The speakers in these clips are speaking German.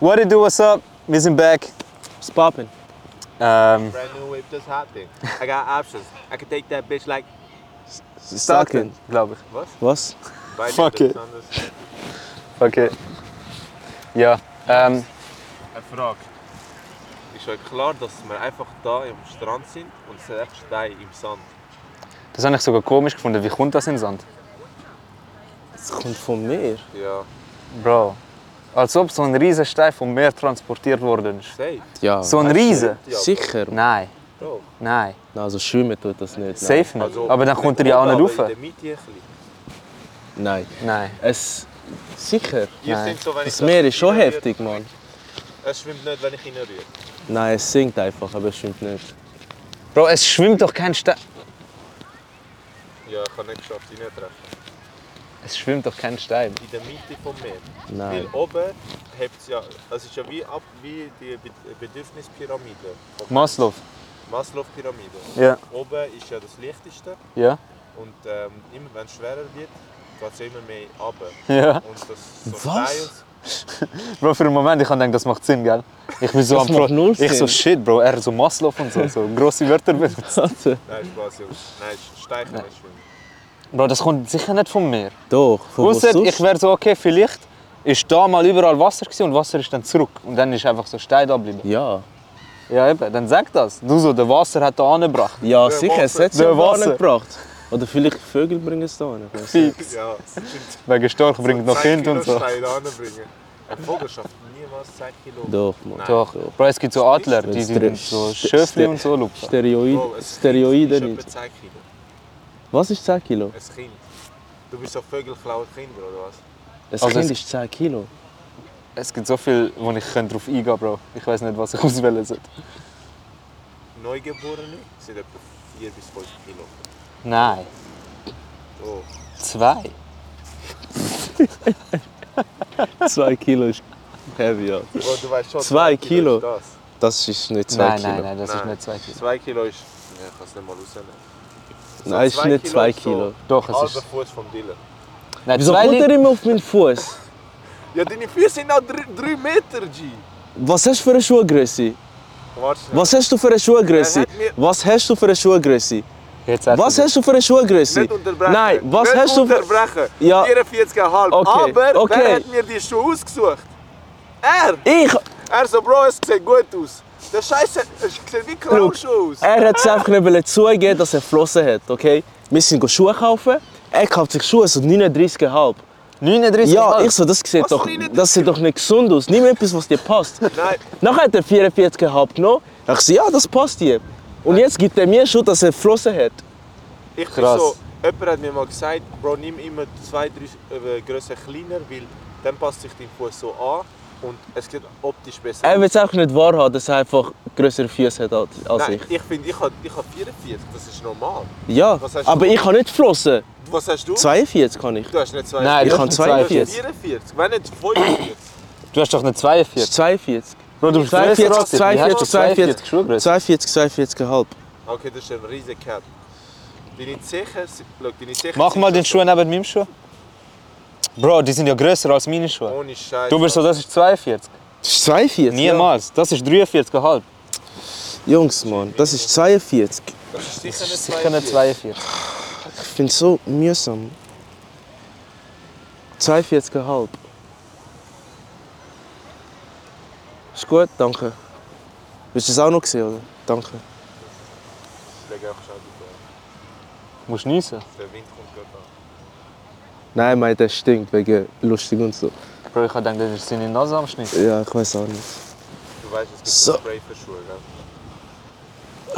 What it do, what's up? Wir sind back. It's poppin'. Ähm, Brand new wave, just hot thing. I got options. I could take that bitch like Stockton, glaube ich. was? Was? By Fuck niggas it. on this- Okay. Ja, ähm, Eine Frage. Ist euch klar, dass wir einfach da am Strand sind und es sind echt Steine im Sand? das habe ich sogar komisch gefunden. Wie kommt das in den Sand? Das kommt vom Meer. Ja. Bro, als ob so ein riesen Stein vom Meer transportiert worden ist. Safe. Ja. So ein riesen? Ja, Sicher. Nein, Doch. nein. Nein, also schwimmen tut das nicht. Nein. Safe nicht. Aber dann kommt er ja auch Also, aber nicht In rauf. der Mitte ein bisschen. Nein. Nein. Es. Sicher. Ihr Nein. seht so, wenn Das ich Meer ist schon reinrühre, heftig, Mann. Es schwimmt nicht, wenn ich ihn rühre. Nein, es sinkt einfach, aber es schwimmt nicht. Bro, es schwimmt doch kein Stein. Ja, ich habe nicht geschafft, ihn nicht treffen. Es schwimmt doch kein Stein. In der Mitte vom Meer. Nein. Weil oben hebt es ja, es ist ja wie, ab, wie die Be- Bedürfnispyramide. Maslow. Maslow-Pyramide. Ja. Oben ist ja das Leichteste Ja? und ähm, immer wenn es schwerer wird, geht es ja immer mehr runter. Ja. Und das, so Was? Steine und- Bro, für einen Moment, ich habe gedacht, das macht Sinn, gell? Ich bin so Das am macht Pro- null Ich so, Sinn. shit, Bro, er so Maslow und so, so grosse Wörter benutzt. Nein, Spaß, Jungs. Nein, Steine kann nicht schwimmen. Bro, das kommt sicher nicht vom Meer. Doch, von wo Ausser, ich sonst? wäre so, okay, vielleicht ist da mal überall Wasser gewesen und Wasser ist dann zurück. Und dann ist einfach so Stein da geblieben. Ja. Ja, eben, dann sag das. Du so, der Wasser hat da angebracht. Ja, Der sicher, es Wasser. hat sie Der auch Wasser. gebracht. Oder vielleicht Vögel bringen es da hin. ich weiss nicht. Fix. Ja, es stimmt. Wegen Storch bringt noch 10 Kind und Kilo so. Steine anbringen. Ein Vogel schafft niemals 10 Kilo. Doch, Mann. Doch, Bro, es gibt so Adler, die Wenn's sind drin- so Ste- Schöfli Ste- und so lupfen. Bro, Steroid, ein Steroide Kind ist nicht. etwa 10 Kilo. Was ist 10 Kilo? Ein Kind. Du bist so Vögelklauer Kind, Bro, oder was? Ein Also es- Kind ist 10 Kilo. Es gibt so viel, wo ich könnte drauf eingehen Bro. Ich weiß nicht, was ich auswählen sollte. Neugeborene sind etwa 4 bis 5 Kilo. Nein, Oh. zwei. 2 Kilo ist heavy, ja. Bro, du weißt schon, zwei Zwei Kilo. Kilo. ist Das ist nicht 2 Nein, Kilo. nein, nein, das ist Nein. nicht zwei das. Kilo. 2 Kilo ist. Ja, ich kann es nicht mal rausnehmen. So Nein, es ist zwei nicht 2 Kilo. Kilo. Doch, So, es halber ist. Fuß vom Dealer. Nein, Wieso zwei kommt er liegt. immer auf meinen Fuß? Ja, deine Füße sind auch 3 nou Meter, G. Was hast du für eine Schuhgröße? Warte schnell. Was hast du für eine Schuhgröße? Er hat mir- Was hast du für eine Schuhgröße? Jetzt hast Was du- hast du für eine Schuhgröße? Nicht unterbrechen. Nein, was nicht hast du für... unterbrechen. Ja. 44,5. Okay, Aber okay. wer hat mir die Schuhe ausgesucht? Er! Ich... Er so, Bro, es sieht gut aus. Der Scheiß sieht es sieht wie Clownschuhe aus. Er hat es einfach nicht wollen zugeben, dass er geflossen hat, okay? Wir sind go Schuhe kaufen. Er kauft sich Schuhe, so 39,5. 39 Ja, Mal? ich so, das sieht, Was doch, redet ihr? das sieht doch nicht gesund aus. Nimm etwas, was dir passt. Nein, Nachher hat er 44 gehabt genommen. Ich so, ja, das passt dir. Und jetzt gibt er mir schon, dass er geflossen hat. ich bin Krass. so. Jemand hat mir mal gesagt, Bro, nimm immer zwei, drei äh, Grössen kleiner, weil dann passt sich dein Fuß so an und es sieht optisch besser Er will es einfach nicht wahrhaben, dass er einfach größere Füße hat als als Nein, ich. ich finde, ich habe ich hab 44, das ist normal. Ja, Was hast aber du? ich kann nicht flossen. Was hast du? 42 kann ich. Du hast nicht 42. Nein, Ich du kann hast zwei- nicht du hast 42. 44. Wenn nicht 45. Du hast doch eine Das ist 42. 42. Bro, du bist 42, grösser als ich. Wie hast du 42, 42, 42 42, 42, halb. Okay, das ist ein riesiger Cap. Deine Zehen sind. schau, Deine Zehen Mach sind mal so den Schuh neben meinem Schuh. Bro, die sind ja grösser als meine Schuhe. Ohne Scheiß. Du bist so, das ist 42. Das ist 42? Niemals. Das ist 43,5. Ja. Jungs, Mann, das ist 42. Das ist sicher Das nicht ist sicher nicht 42. 42. Ich finde es so mühsam. 42, halb. Ist gut, danke. Willst du das auch noch sehen, oder? Danke. Leg auch schnell die Musst niessen. Tür. Der Wind kommt gerade an. Nein, mein, der stinkt wegen lustig und so. Bro, ich hab gedacht, das ist seine Nase am Schnitt. Ja, ich weiß auch nicht. Du weißt, es gibt So. ein Spray für Schuhe, gell?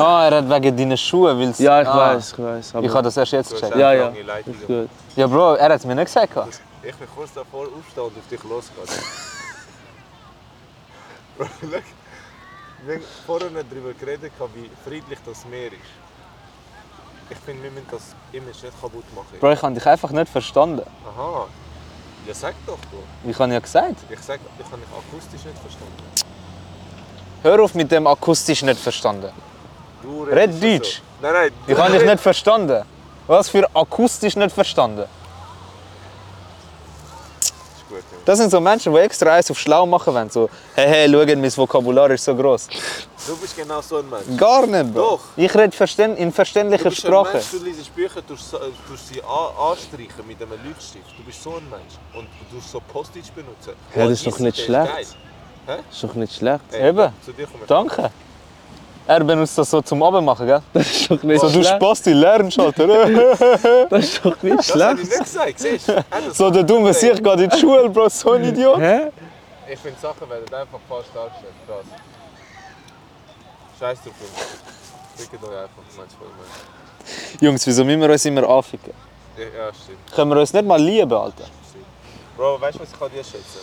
Ah, er hat wegen deinen Schuhen, weil Ja, ich ah, weiß, ich weiß. Ich Aber hab das erst jetzt Du hast gecheckt. auch Ja, ja. lange Leitungen. ist gut. Ja, Bro, er hat es mir nicht gesagt. gehabt. Ich bin kurz davor aufstehen und auf dich losgehen. Bro, schau. Wir haben vorher nicht darüber geredet, wie friedlich das Meer ist. Ich finde, wir müssen das Image nicht kaputt machen. Bro, ich hab dich einfach nicht verstanden. Aha. Ja, sag doch, Bro. Ich hab ja gesagt. Ich sag, ich habe dich akustisch nicht verstanden. Hör auf mit dem akustisch nicht verstanden. Du Red redest ja Deutsch. So. Nein, nein. Ich du hab dich red- nicht verstanden. Was für akustisch nicht verstanden? Ist gut. Junge. Das sind so Menschen, die extra eins auf schlau machen wollen. So, hey, hey, schau, mein Vokabular ist so gross. Du bist genau so ein Mensch. Gar nicht, Bro. Doch. Ich rede verständ in verständlicher Du bist ein Sprache. Mensch, du liest Bücher, tust, so- tust sie an, anstreichen mit einem Leuchtstift. Du bist so ein Mensch. Und du tust so Postage benutzen. Ja, das Oh, ist doch easy, nicht der schlecht. geil. Ist doch nicht schlecht. Ey, Eben. Zu dir kommen. Danke. Er benutzt das so zum Abendmachen, gell? Das ist doch nicht So, du schlecht. Spasti, lernst, Alter. Das ist doch nicht Das habe ich schlecht. nicht gesagt, siehst du? Also, Er hat so der dumme Sieg geht in die Schule, Bro, so ein Idiot. Hä? Ich finde, Sachen werden einfach falsch dargestellt. Krass. Scheiß drauf, Jungs. Fickt euch einfach, meinst voll Mensch. Jungs, wieso müssen wir uns immer anficken? Ja, Ja, stimmt. Können wir uns nicht mal lieben, Alter? stimmt. Bro, weißt du, was ich an dir schätze?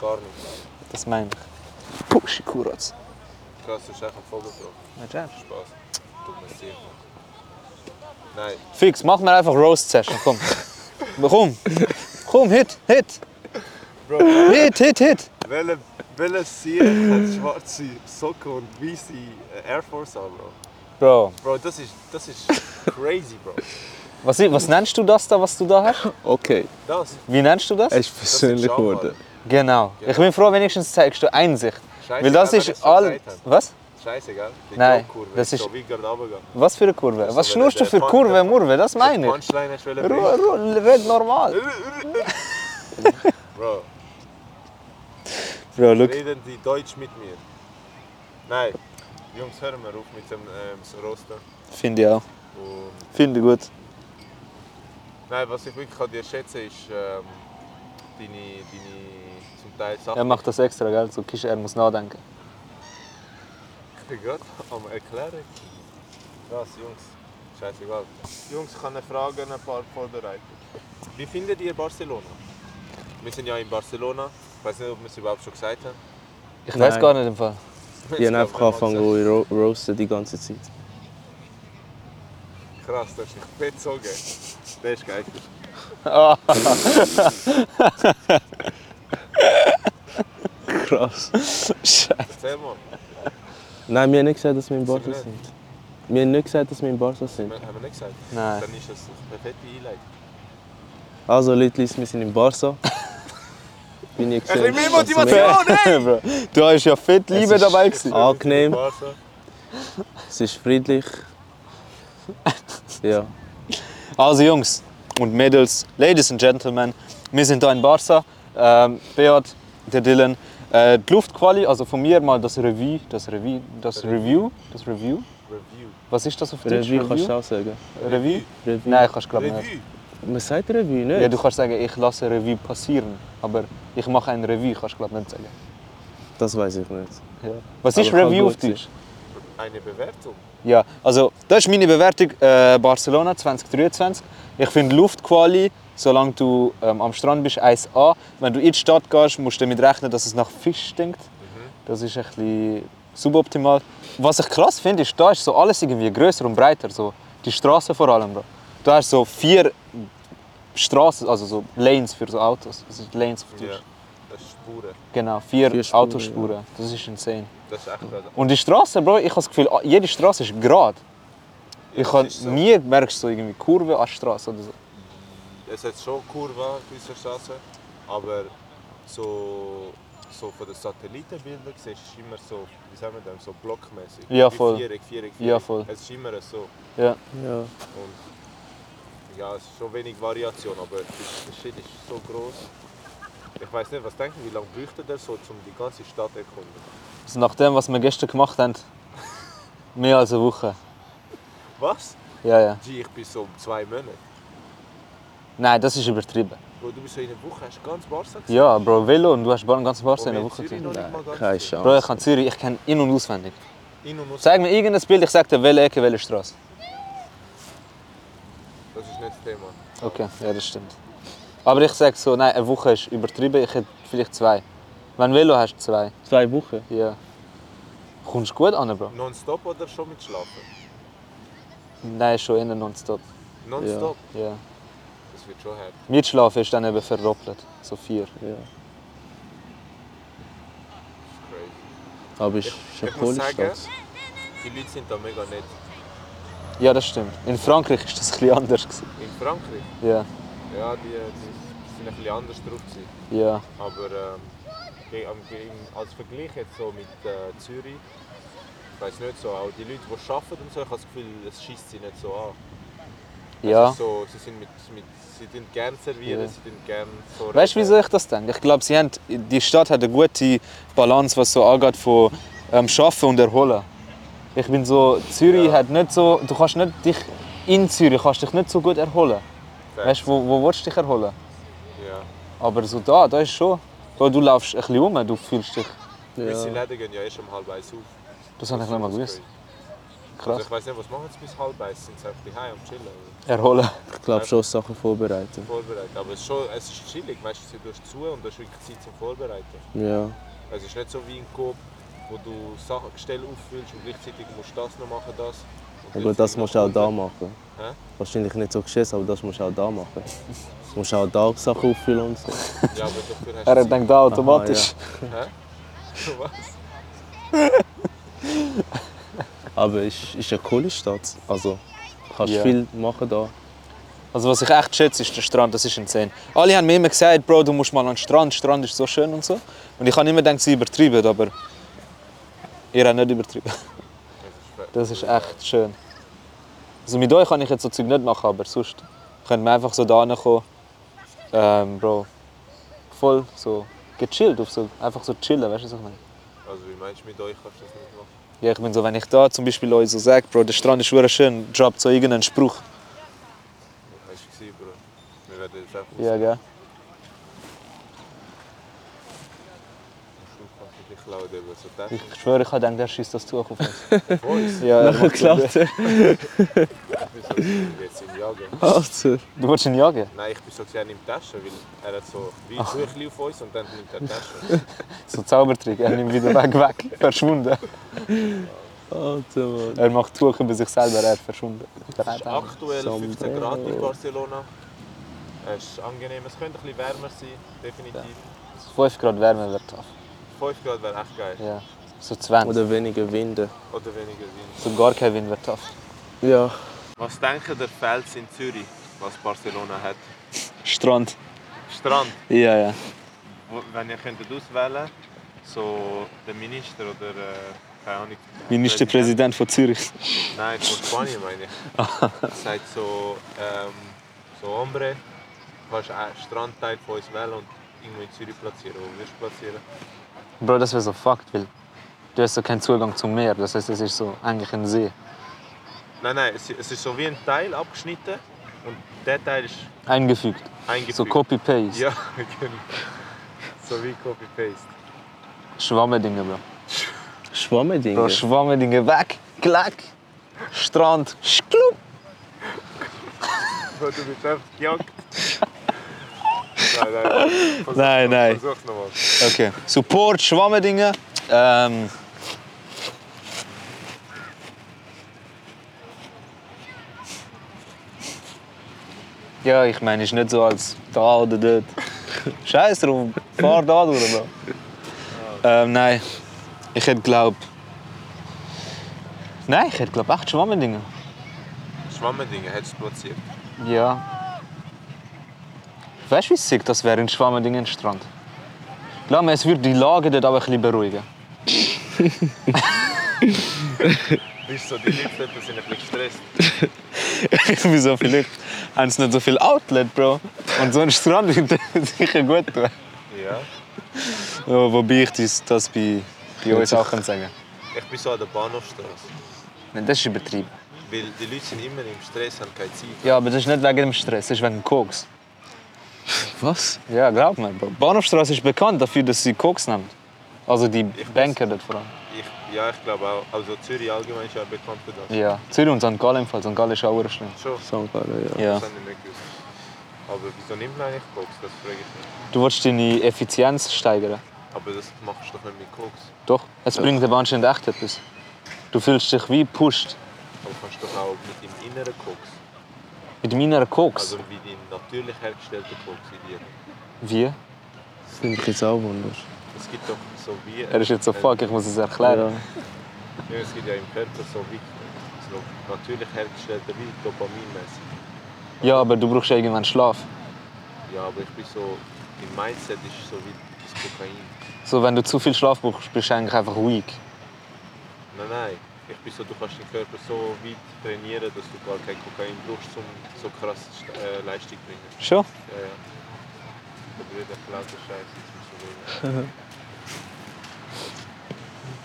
Gar nicht. Das meine ich. Push, Kuratz. Krass, du hast echt einen Vogel drauf. Spaß. Dummes Tier. Nein, Fix, mach mir einfach Roast-Session, komm. komm. Komm, hit, hit. Bro, Hit, hit, hit. welcher welche Sieg hat schwarze Socken und weiße äh, Air Force an, Bro? Bro, Bro, das ist, das ist crazy, Bro. was, i- was nennst du das da, was du da hast? Okay, Das, Wie nennst du das? er ist persönlich Schaubar. geworden. Genau. Ich bin froh, wenigstens zeigst du Einsicht. Scheiße, Weil das wenn wir ist das so all... gesagt haben. Was? scheißegal. Die Nein, Kurve, das ich ist- so wie gerade runtergegangen. Was für eine Kurve? Was wenn schnurst du der für Pan- Kurve, der- Murve? Das meine ich. Punchline hast du wollen Ruhe, Ruhe, red normal. bringen. Bro, Bro, look. reden die Deutsch mit mir? Nein. Jungs, hören wir auf mit dem ähm, so Rosten. Finde ich auch. Und Finde ich gut. nein, was ich wirklich an dir schätze, ist ähm, deine, deine zum Teil Sachen. Er macht das extra, gell? So, Kisch, er muss nachdenken. Ich bin gerade am Erklären. Krass, Jungs. Scheißegal. Jungs, ich habe eine Frage an ein paar vorbereitet. Wie findet ihr Barcelona? Wir sind ja in Barcelona. Ich weiß nicht, ob wir es überhaupt schon gesagt haben. Ich weiß Nein. gar nicht im Fall. Ich habe einfach angefangen, wo ich ro roasten die ganze Zeit. Krass, das ist nicht fett so geil. Der ist geil. Oh, Krass. Erzähl mal. Nein, wir haben nicht gesagt, dass wir in Barca nicht? sind. Wir haben nicht gesagt, dass wir in Barca sind. Haben wir nicht gesagt? Nein. Dann ist das eine fette Einleitung. Also Leute, Leute, wir sind in Barca. Bin ich Also, bisschen mehr Bro, da ist ja fett Liebe ist- dabei gewesen. Angenehm. Barca. Es ist friedlich. Ja. Also Jungs und Mädels, Ladies and Gentlemen, wir sind hier in Barca. Ähm, Beat, der Dylan. Äh, die Luftquali, also von mir mal das Review, das Review, das Review, das Review. Review. Was ist das auf Deutsch? Revue kannst du auch sagen. Review? Revue. Nein, kannst du glaube ich nicht. Revue. Man sagt Revue, nicht? Ja, du kannst sagen, ich lasse Revue passieren, aber ich mache ein Revue, kannst du glaube ich nicht sagen. Das weiß ich nicht. Was ist Aber kann Review gut auf Deutsch? Eine Bewertung. Ja, also das ist meine Bewertung äh, Barcelona 2023. Ich finde Luftquali, solange du ähm, am Strand bist, 1A. Wenn du in die Stadt gehst, musst du damit rechnen, dass es nach Fisch stinkt. Das ist ein bisschen suboptimal. Was ich krass finde, ist, da ist so alles irgendwie größer und breiter. So. Die Straßen vor allem. Bro. Da hast du so vier Straßen, also so Lanes für so Autos. Das sind Lanes auf Deutsch. Ja. Das ist Spuren. Genau, vier, Vier Spuren, Autospuren. Das ist insane. Das ist echt gerade. Und die Straße, Bro, ich habe das Gefühl, ah, jede Straße ist gerade. Ich Das habe ist so. nie merkst so irgendwie Kurve an Straße oder so. Es hat schon Kurven auf unserer Straße, aber so, so von den Satellitenbildern siehst du immer so, wie sagen wir das, so blockmäßig. Ja, Wie voll. Viereck, Viereck, Viereck. Ja, voll. Es ist immer so. Ja. Ja. Und ja, es ist schon wenig Variation, aber der Shit ist so groß. Ich weiß nicht, was denken, wie lange bräuchte der so, um die ganze Stadt zu erkunden? Also nach dem, was wir gestern gemacht haben, mehr als eine Woche. Was? Ja, ja. G, ich bin so um zwei Monate. Nein, das ist übertrieben. Bro, du bist so in einer Woche, hast du ganz Barca gesehen? Ja, Bro, Velo und du hast Bahn ganz Barca in wir der in Woche Oh, Zürich gesehen. noch nicht mal Nein, ganz keine sehen. Chance. Bro, ich kann Zürich, ich kenne in- und auswendig. In und aus. Zeig mir irgendein Bild, ich sag dir, welche Ecke, welche Straße. Das ist nicht das Thema. Okay, ja, das stimmt. Aber ich sag so, nein, eine Woche ist übertrieben, ich hätte vielleicht zwei. Wenn Velo hast, zwei. Zwei Wochen. Ja. Kommst gut an, Bro? Nonstop oder schon mit Schlafen? Nein, schon innen nonstop. Nonstop? Ja. Das wird schon hart. Mitschlafen ist dann eben verdoppelt, so vier. Ja. Das ist crazy. Aber ist schon Ich muss cool. sagen, die Leute sind da mega nett. Ja, das stimmt. In Frankreich ist das ein bisschen anders. gewesen. In Frankreich, Ja. ja, die, die sind ein bisschen anders drauf gewesen. Ja. Aber ähm, ge- am- ge- im- als Vergleich jetzt so mit äh, Zürich, ich weiß nicht so, auch die Leute, die arbeiten und so, ich habe das Gefühl, es schießt sie nicht so an. Ja. Also so, sie sind mit, mit sie sind gern servieren, Ja. sie sind gern so. Weißt du, wieso ich das denke? Ich glaube, sie haben, die Stadt hat eine gute Balance, was so angeht von ähm, Schaffen und Erholen. Ich bin so, Zürich Ja. hat nicht so, du kannst nicht dich in Zürich kannst dich nicht so gut erholen. Ja. Weißt du, wo, wo willst du dich erholen? Ja. Aber so da, da ist schon. Bro, du laufst ein bisschen rum, du fühlst dich. Gewisse Ja. Läden gehen ja erst um halb eins auf. Das habe ich nicht mal gewusst. Also Krass. ich weiß nicht, was machen sie bis halb eins? Sind sie einfach daheim am Chillen? oder? Erholen. Ich glaube schon Sachen vorbereiten. Vorbereiten. Aber es ist, schon, es ist chillig, weißt du, du tust zu und du hast wirklich Zeit zum Vorbereiten. Also Ja. Es ist nicht so wie in Coop, wo du Sachen, Gestell auffüllst und gleichzeitig musst du das noch machen, das. und Aber das gleichzeitig musst du noch auch da unten. machen. Hä? Wahrscheinlich nicht so geschissen, aber das musst du auch da machen. Du musst auch da Sachen auffüllen und so. Ja, aber dafür hast Er du Zeit. denkt da automatisch. Hä? Was? Aber es ist, ist eine coole Stadt. Also kannst Ja. viel machen da. Also was ich echt schätze, ist der Strand. Das ist insane. Alle haben mir immer gesagt, Bro, du musst mal an den Strand. Der Strand ist so schön und so. Und ich habe immer gedacht, sie übertreiben, aber ihr habt nicht übertrieben. Das ist echt schön. Also mit euch kann ich jetzt so Zeug nicht machen, aber sonst können wir einfach so da hinkommen. Ähm, Bro, voll so gechillt, auf so, einfach so chillen, weißt du, was ich meine? Also wie meinst du, mit euch kannst du das nicht machen? Ja, ich bin so, wenn ich da zum Beispiel euch so sage, Bro, der Strand ist wirklich schön, droppt so irgendeinen Spruch. Hast du gesehen, Bro? Wir werden jetzt einfach Ja, gell? Ich klaue dir so Taschen. Ich schwöre, ich habe gedacht, der schießt das Tuch auf uns. Boys, Ja, er Nachher macht so- klappt es. ich bin so gesehen, jetzt im Jagen. Alter. Du willst ihn jagen? Nein, ich bin so gesehen im Taschen, weil er hat so wie Tuchli auf uns und dann nimmt er die Tasche. So Zaubertrick, er nimmt wieder weg, weg, verschwunden. Alter, Mann. Er macht Tuch über sich selber, er ist verschwunden. Es ist aktuell 15 Grad in Sombrero. Barcelona. Es ist angenehm, es könnte ein bisschen wärmer sein, definitiv. 5 Grad Wärme wird tough. 5 Grad wäre echt geil. Ja. So 20. Oder weniger Winde. Oder weniger Wind. so gar kein Wind wird tough. Ja. Was denken der Fels in Zürich, was Barcelona hat? Strand. Strand. Ja, ja. Wo- Wenn ihr könntet auswählen so der Minister oder äh, keine Ahnung. Ministerpräsident von Zürich. Nein, von Spanien meine ich. Sagt so, ähm, so Hombre, kannst einen Strandteil von uns wählen und irgendwo in Zürich platzieren. Wo wirst du platzieren? Bro, das wäre so fucked, weil du hast so keinen Zugang zum Meer. Das heißt, das ist so eigentlich ein See. Nein, nein, es, es ist so wie ein Teil abgeschnitten und der Teil ist Eingefügt. eingefügt. So Copy-Paste. Ja, genau. So wie Copy-Paste. Schwammedinge, Bro. Bro, Schwammedinge. Schwammedinge weg. Klack. Strand. Schklup. Du bist einfach gejagt. Nein, nein, nein. Versuch's noch- nein. Versuch's nochmal. Okay. Support, Schwammedinge. Ähm. Ja, ich meine, ist nicht so als da oder dort. Scheiß drauf, fahr da durch. Bro. Ähm, nein. Ich hätte glaub. Nein, ich hätte glaub echt Schwammendinge. Schwammendinge hättest du platziert. Ja. Weißt du, wie sick das wäre in Schwammendingen Strand? Glaub mir, es würde die Lage dort aber ein bisschen beruhigen. Bist so, die Leute dort sind ein bisschen gestresst. Wieso vielleicht? Haben sie nicht so viel Outlet, Bro? Und so ein Strand würde sicher gut tun. Ja. Ja, wobei ich das, das bei, bei uns auch kann sagen Ich bin so an der Bahnhofstraße. Nein, das ist übertrieben. Weil die Leute sind immer im Stress, haben keine Zeit. Ja, aber das ist nicht wegen dem Stress, das ist wegen Koks. Was? Ja, glaub mir, Bro. Bahnhofstraße ist bekannt dafür, dass sie Koks nehmen. Also die Banker dort vor allem. Ich, ja, ich glaube auch. Also Zürich allgemein ist ja bekannt für das. Ja. Zürich und St. Gallen ebenfalls. St. Gallen ist auch schlimm. Schon, St. Gallen, ja. Ja. das habe ich nicht gewusst. Aber wieso nimmt man eigentlich Koks? Das frage ich mich. Du willst deine Effizienz steigern? Aber das machst du doch nicht mit Koks. Doch. Es bringt aber anscheinend echt etwas. Du fühlst dich wie pusht Aber kannst du doch auch mit dem inneren Koks. mit meiner Koks. Also mit dem natürlich hergestellten Koks in dir. Wie? Das nimmt mich jetzt auch wunder. Es gibt doch so wie. Er ist jetzt so fuck, ich muss es erklären. Ja, es gibt ja im Körper so wie. So natürlich hergestellte wie dopaminmäßig. Ja, aber du brauchst ja irgendwann Schlaf. Ja, aber ich bin so, im Mindset ist so wie das Kokain. So, wenn du zu viel Schlaf brauchst, bist du eigentlich einfach ruhig. Nein, nein. Ich bin so, du kannst den Körper so weit trainieren, dass du gar kein Kokain brauchst, um so krass äh, Leistung zu bringen. Schon? Ja, ja. Der Bruder klaut den Scheiß, jetzt musst du reden.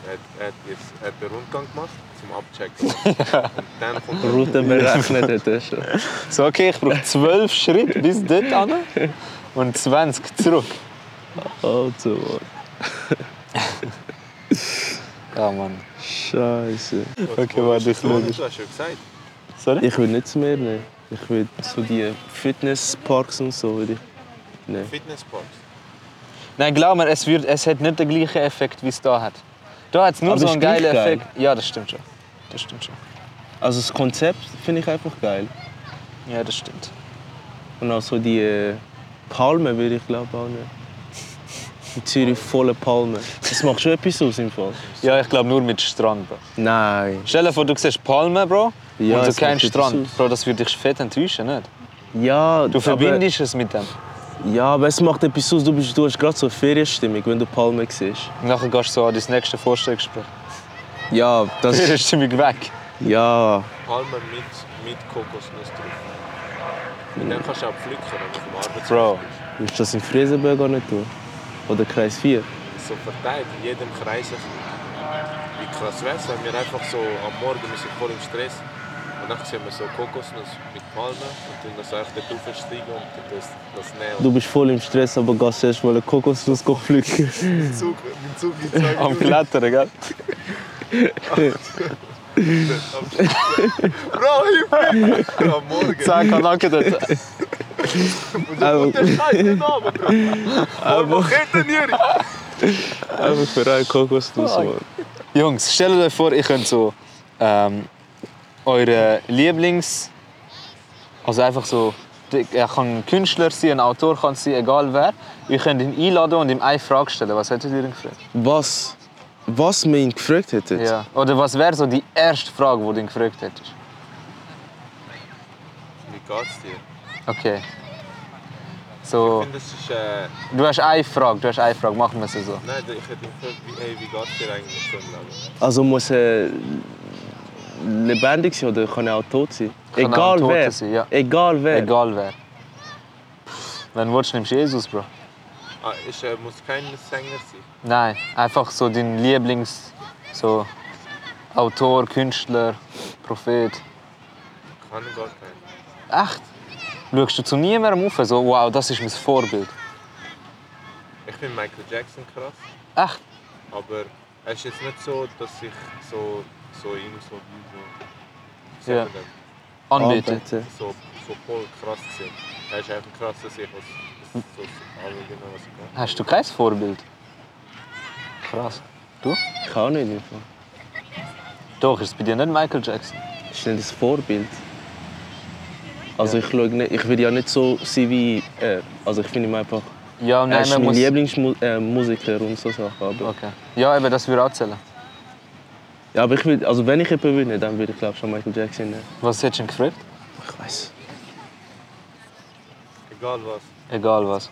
er, hat- er, hat jetzt, er hat den Rundgang gemacht zum Abchecken. Und dann kommt er. Route berechnet hat er schon. So, okay, ich brauche zwölf Schritte bis dort an und 20 zurück. Also, Ja, Mann. Scheiße. Okay, warte, ich schaue. Du hast schon gesagt. Sorry? Ich will nichts mehr nehmen. Ich will so die Fitnessparks und so. Will ich. Nein. Fitnessparks. Nein, glaub mir, es, wird, es hat nicht den gleichen Effekt, wie es da hat. Da hat es nur Aber so ist einen gleich geilen geil. Effekt. Ja, das stimmt schon. Das stimmt schon. Also das Konzept finde ich einfach geil. Ja, das stimmt. Und auch so die äh, Palmen würde ich glaube auch nehmen. In Zürich volle Palmen. Das macht schon etwas aus im Fall. Ja, ich glaube nur mit Strand, Bro. Nein. Stell dir vor, du siehst Palmen, Bro, Ja, und es du keinen macht etwas Strand. aus. Bro, das würde dich fett enttäuschen, nicht? Ja, Du verbindest es mit dem. Aber, ja, aber es macht etwas aus. Du, bist, du hast gerade so eine Ferienstimmung, wenn du Palmen siehst. Und nachher gehst du so an dein nächste Vorstellungsgespräch. Ja, das Dann ist ziemlich weg. Ja. Palmen mit, mit Kokosnuss drauf. Und dann kannst du auch pflücken, wenn du vom Arbeitsplatz Bro. bist. Willst du das in Friesenberg auch nicht tun? Oder Kreis 4? So verteilt, in jedem Kreis. ein bisschen. Wie krass wäre es, wenn wir einfach so am Morgen, wir sind voll im Stress, und dann sehen wir so Kokosnuss mit Palmen und tun das einfach dort aufsteigen und tun das, das nehmen. Du bist voll im Stress, aber gehst erst mal eine Kokosnuss pflücken. Mit Zug, mit Zug in zwei Am Klettern, gell? Bro, hilf mir! Am Morgen. Zack, an Anke dort. Aber- Der Scheiß nicht runter, Bro. Einfach, Hinten hier. einfach für eine Kokosnuss. Mann. Jungs, stellt euch vor, ihr könnt so ähm, eure Lieblings. Also einfach so. Er kann ein Künstler sein, ein Autor kann sein, egal wer. Ihr könnt ihn einladen und ihm eine Frage stellen. Was hättet ihr ihn gefragt? Was, was wir ihn gefragt hätten? Ja. Oder was wäre so die erste Frage, die du ihn gefragt hättest? Wie geht's dir? Okay. Ich So, finde, das ist. Äh, du hast eine Frage, du hast eine Frage, machen wir es so. nein, ich hätte ihn gefragt, wie, hey, wie geht's dir eigentlich so im Leben? Also muss er lebendig sein oder kann er auch tot sein? Kann er Egal auch tot wer. sein, ja. Egal wer. Egal wer. Wenn du willst, nimmst du Jesus, Bro. Ah, ich äh, muss kein Sänger sein. Nein, einfach so dein Lieblings so Autor, Künstler, Prophet. Kann gar keinen. Echt? Schaust du zu niemandem auf, so wow, das ist mein Vorbild. Ich finde Michael Jackson krass, Echt? aber es ist jetzt nicht so, dass ich so, so ihn so wie so, Ja. sagt man Ah, Anbeten. Anbeten. dem? so, so voll krass gesehen. Er ist einfach krass, dass ich was, Hm. das so alle genau was ich kann. Hast du kein Vorbild? Krass. Du? Ich auch nicht. im Fall. Doch, ist es bei dir nicht Michael Jackson? Ist nicht das Vorbild. Also ich schaue nicht, ich will ja nicht so sein wie, äh, also ich finde ihn einfach, Ja, er nein, ist man mein muss... Lieblingsmusiker und so Sachen. Aber, Okay. Ja, eben, das würde auch zählen. ja, aber ich will, also wenn ich jemanden würde, dann würde ich glaube schon Michael Jackson nehmen. Was hättest du ihn gefragt? Ich weiß. Egal was. Egal was.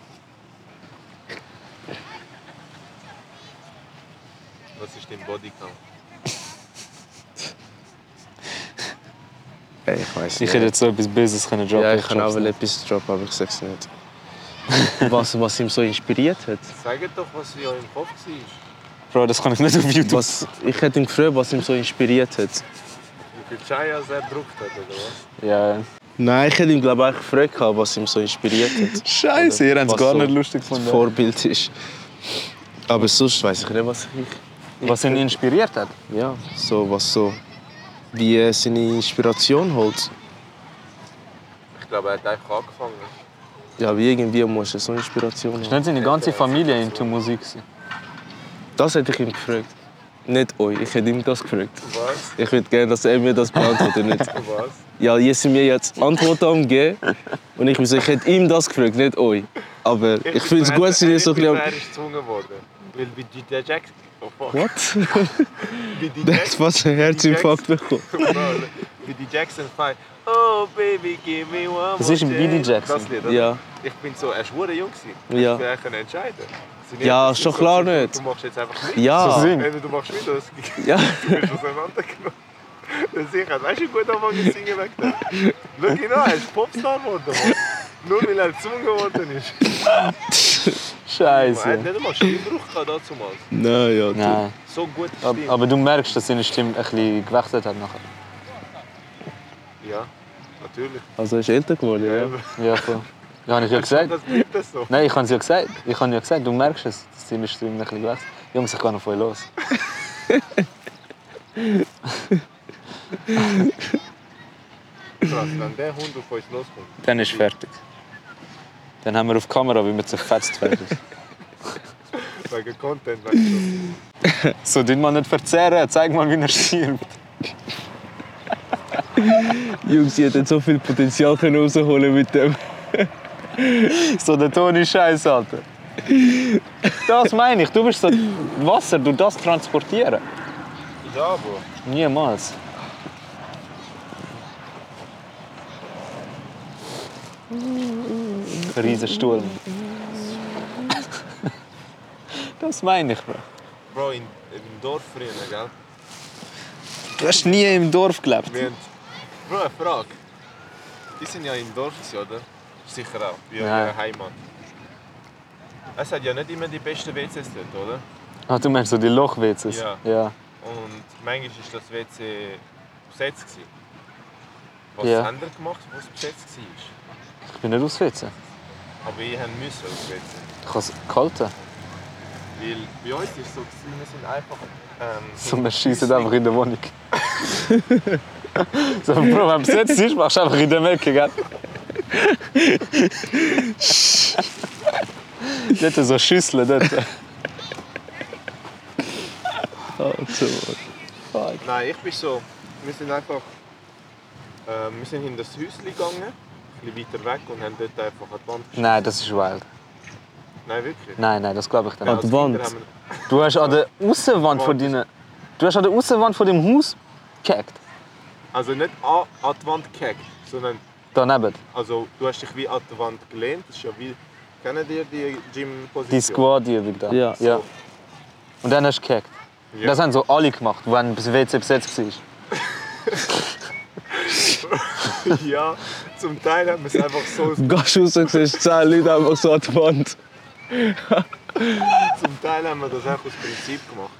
Was ist dein Bodycount? ich weiß Ich hätte jetzt so etwas Böses können droppen. Ja, ich kann auch dropp's mal nicht. etwas droppen, aber ich sage es nicht. was, was ihm so inspiriert hat. Sagt doch, was in eurem Kopf war. Bro, das kann ich nicht auf YouTube. Was, ich hätte ihn gefragt, was ihm so inspiriert hat. Wie viel Chayas er gedruckt hat, oder was? Ja. Nein, ich hätte ihn glaube ich gefragt, gehabt, was ihm so inspiriert hat. Scheiße, ihr habt es Was gar so nicht lustig Das gefunden. Vorbild ist. Aber sonst weiß ich nicht, was ich. Was ihn inspiriert hat? Ja, so was so. Wie er seine Inspiration holt. Ich glaube, er hat einfach angefangen. Ja, wie irgendwie muss er so Inspiration Ist haben. nicht seine ganze Familie into Musik gewesen? Das hätte ich ihm gefragt. Nicht euch, ich hätte ihm das gefragt. Was? Ich würde gerne, dass er mir das beantwortet, nicht Was? Ja, ihr sind mir jetzt Antworten am geben. Und ich bin so, ich hätte ihm das gefragt, nicht euch. Aber ich finde es gut, dass ihr so ein bisschen. Er ist gezwungen worden. Weil bei Jack- Oh fuck. What? Wie die Der hat Jackson, fast einen Herzinfarkt bekommen. wie die Jackson 5. Oh baby, give me one Das more ist ein chance. Billy Jackson. Das Lied, oder? Ja. Ich bin so, er war jung. gewesen. Ja. Ich bin eigentlich entscheiden. Sie nicht- Ja, sie schon so, klar du- nicht. Du machst jetzt einfach mit. So Ja. singen. Wenn du machst mit, das du Ja. bist auseinandergenommen. Das ist sicher. Weißt du, wie gut anfangen zu singen wegen dem? Schau ihn an, er ist Popstar geworden. Mann. Nur weil er gezwungen worden ist. Er hat Scheiße. nicht einmal Stimmbruch gehabt dazu mal. Nein, ja. du. Nein. So gute Ab- Stimme. Aber du merkst, dass seine Stimme ein bisschen gewechselt hat nachher. Ja, natürlich. Also er ist älter geworden, ja. Ja, voll. Ja, habe ich ja gesagt. Das bleibt das so. Nein, ich habe es ja gesagt. Ich habe ja gesagt, du merkst es, dass seine Stimme ein bisschen gewechselt hat. Jungs, ich kann noch voll los. Krass, wenn der Hund auf uns loskommt. Dann ist fertig. Dann haben wir auf Kamera, wie wir zerfetzt werden. Wegen Content, weißt du. So, den mal nicht verzehren, zeig mal, wie er stirbt. Jungs, ihr hättet so viel Potenzial können rausholen mit dem. So der Toni Scheiß, Alter. Das meine ich, du bist so Wasser, du das transportieren. Ja, aber Niemals. Riesensturm. Das meine ich, Bro. Bro, in, im Dorf früher, gell? Du hast nie im Dorf gelebt. Wir haben... Bro, eine Frage. Die sind ja im Dorf, gewesen, oder? Sicher auch, in Nein. ihrer Heimat. Es hat ja nicht immer die besten WCs dort, oder? Ah, du meinst so die Lochwitzes? Ja. ja. Und manchmal war das WC besetzt. Gewesen. Was Ja. haben wir gemacht, was besetzt war? Ich bin nicht auswitzen. Aber ihr habt müssen aufs WC. Ich habe es gehalten. Weil bei uns ist es so, gewesen, wir sind einfach... Ähm, So, wir schießen einfach in der Wohnung. so, Bro, wenn du besetzt ist, machst du einfach in der Mecke, gell? dort so Schüsseln, dort. Also, fuck. Nein, ich bin so. Wir sind einfach. ähm, wir sind hinter das Häuschen gegangen, ein bisschen weiter weg und haben dort einfach an die Wand. Nein, das ist wild. Nein, wirklich. Nein, nein, das glaube ich An dir Ja. nicht. die als Kinder haben wir- Wand? Du hast an der Außenwand von deiner... Du hast an der Außenwand von dem Haus gekackt. Also nicht an, an die Wand gehackt, sondern Daneben. also, du hast dich wie an die Wand gelehnt. Das ist ja wie. Kennen ihr die Gym-Position? Die Squad-Übung da. Ja. ja. Und dann hast du gekackt. Ja. Das haben so alle gemacht, wenn das WC besetzt war. ja, zum Teil haben wir es einfach so. Du gehst raus und siehst 10 Leute einfach so an die Wand. Zum Teil haben wir das einfach aus Prinzip gemacht.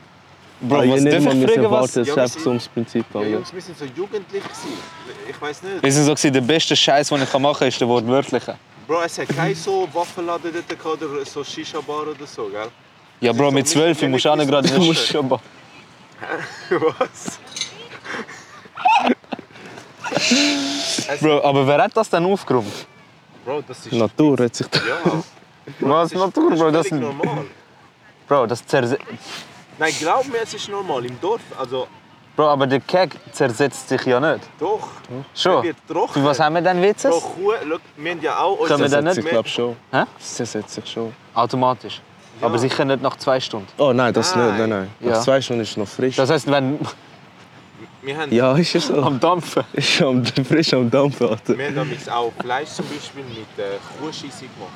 Bro, Ah, ihr was nicht darf mal ich müssen fragen, was... warten, es ist Ja, einfach so ums Prinzip Ja, gegangen. Jungs, wir sind so jugendlich. Gewesen. Ich weiß nicht. Wir sind so, gewesen, der beste Scheiß, den ich machen kann, ist der wortwörtliche. Bro, es hat keinen so Waffenladen dort gehabt oder so Shisha-Bar oder so, gell? Ja, Das Bro, ist mit so 12 musst du auch nicht gerade Mimikry- in den Schubba. Was? Bro, aber wer hat das denn aufgeräumt? Bro, das ist. Die Natur hat sich da... Ja. Bro, Was, Natur, Bro, das ist völlig sind- normal. Bro, das zerse Nein, glaub mir, es ist normal. Im Dorf, also Bro, aber der Keg zersetzt sich ja nicht. doch. Der Schon. wird trocken. Für was haben wir denn Witzes? Bro, Kuh, schau, wir haben ja auch Können wir Das dann setzt nicht sich, glaube ich, schon. Hä? Das setzt sich schon. Automatisch. Ja. Aber sicher nicht nach zwei Stunden. Oh nein, das Nein. nicht. Nein, nein. Ja. Nach zwei Stunden ist es noch frisch. Ah, Das heisst, wenn wir haben, ja, ist es so. am Dampfen. Ist am, frisch am Dampfen, Alter. wir haben damals auch Fleisch zum Beispiel mit äh, Kuhscheisse gemacht.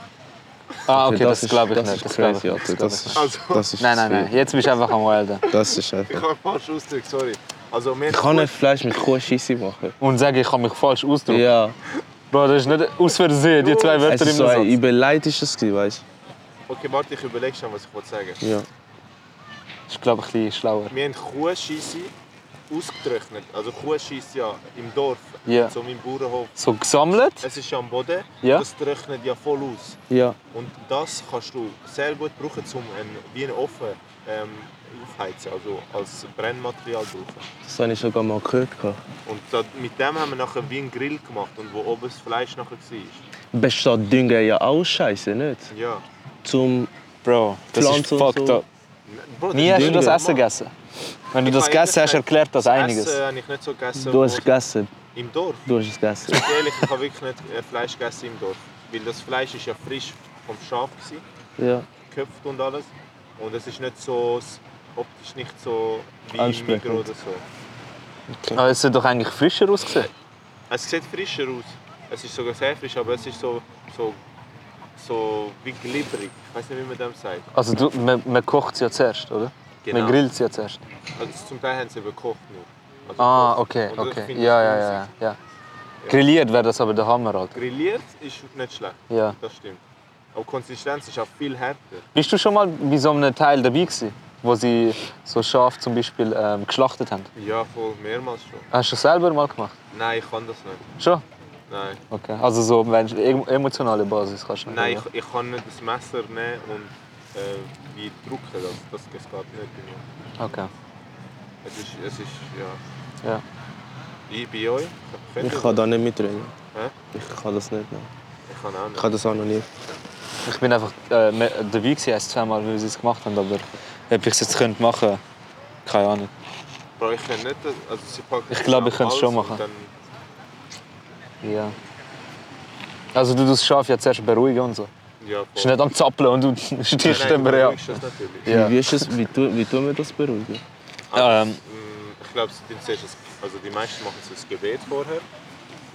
Ah, okay, Ja, das, glaube ich ist, nicht. Das ist glaub ich crazy, nicht, Alter. glaub Das ich nicht. ist, Also- das ist Nein, nein, zu nein. Jetzt bist du einfach am Wilden. viel. Das ist Ich einfach... habe falsch ausgedrückt, sorry. Also wir Ich kann nicht Fleisch mit Kuhscheisse machen. Und sage, ich kann mich falsch ausdrücken. Ja, Bro, das ist nicht aus Versehen, die zwei es Wörter ist im so ein Satz. überleitisches, weißt Okay, warte, ich überlege schon, was ich wollte sagen du? Ja. Ich glaube, ein bisschen schlauer. Wir haben Kuhscheisse ausgetrocknet. Also Kuhscheisse ja im Dorf, Ja. so im Bauernhof. So gesammelt? Es ist am Boden, Ja. das trocknet ja voll aus. Ja. Und das kannst du sehr gut brauchen, um einen, wie einen Ofen ähm, aufheizen, also als Brennmaterial brauchen. Das habe ich sogar mal gehört. gehabt. Und da, mit dem haben wir nachher wie einen Grill gemacht und wo oben das Fleisch nachher war. Besteht Dünger ja auch scheiße, nicht? Ja. Zum Bro, das ist Pflanzen und fucked so. up. Bro, Nie hast du das normal. Essen gegessen? Wenn du Ich das hab gegessen hast, ehrlich erklärt das gesagt, einiges. Essen habe ich nicht so gegessen. Du hast wo- gegessen. Im Dorf. Du hast es gegessen. Ehrlich, ich habe wirklich nicht äh, Fleisch gegessen im Dorf. Weil das Fleisch ist ja frisch vom Schaf, gewesen, Ja. geköpft und alles. Und es ist nicht so s- optisch nicht so wie Ansprechend. Migros oder so. Aber es sieht doch eigentlich frischer ausgesehen. Es sieht frischer aus. Es ist sogar sehr frisch, aber es ist so, so, so wie glibberig. Ich weiß nicht, wie man dem sagt. Also du, man, man kocht es ja zuerst, oder? Genau. Man grillt es ja zuerst. Also zum Teil haben sie überkocht nur. Also Ah, gekocht. okay, Und das okay. finde ich Ja, ja, grusig. ja, ja. Grilliert wäre das aber der Hammer, Alter. Grilliert ist nicht schlecht, Ja. das stimmt. Aber Konsistenz ist auch viel härter. Bist du schon mal bei so einem Teil dabei gewesen, wo sie so Schaf zum Beispiel ähm, geschlachtet haben? Ja, voll mehrmals schon. Hast du das selber mal gemacht? Nein, ich kann das nicht. Schon? Nein, Okay. Also so wenn, em- emotionale Basis kannst du nicht. Nein oder? ich, ich kann nicht das Messer nehmen und äh, wie drücken. Das, das, das geht nicht. bei mir. Okay. Es ist, es ist ja. Ja. Ich bei euch? Könnt ihr Ich kann da nicht mitreden. Hä? Ich kann das nicht. Nein. Ich kann auch Ich nicht. kann das auch noch nie. Ich bin einfach äh, mehr- dabei gewesen, erst zweimal, weil sie es gemacht haben, aber ob ich es jetzt könnte machen, keine Ahnung. Bro, ich kann nicht. das- Also sie packen Ich glaube, ich zusammen könnte es schon alles und machen. Ja. Also du tust das Schaf ja zuerst beruhigen und so. Dann, ja, voll. Ist nicht am Zappeln und du Nein, stichst nein, den du ja. beruhigst das natürlich. Ja. Wie, ist es, wie, tu, wie tun wir das beruhigen? Aber, Ähm. mm, ich glaube, sie tun zuerst das- also die meisten machen so das Gebet vorher.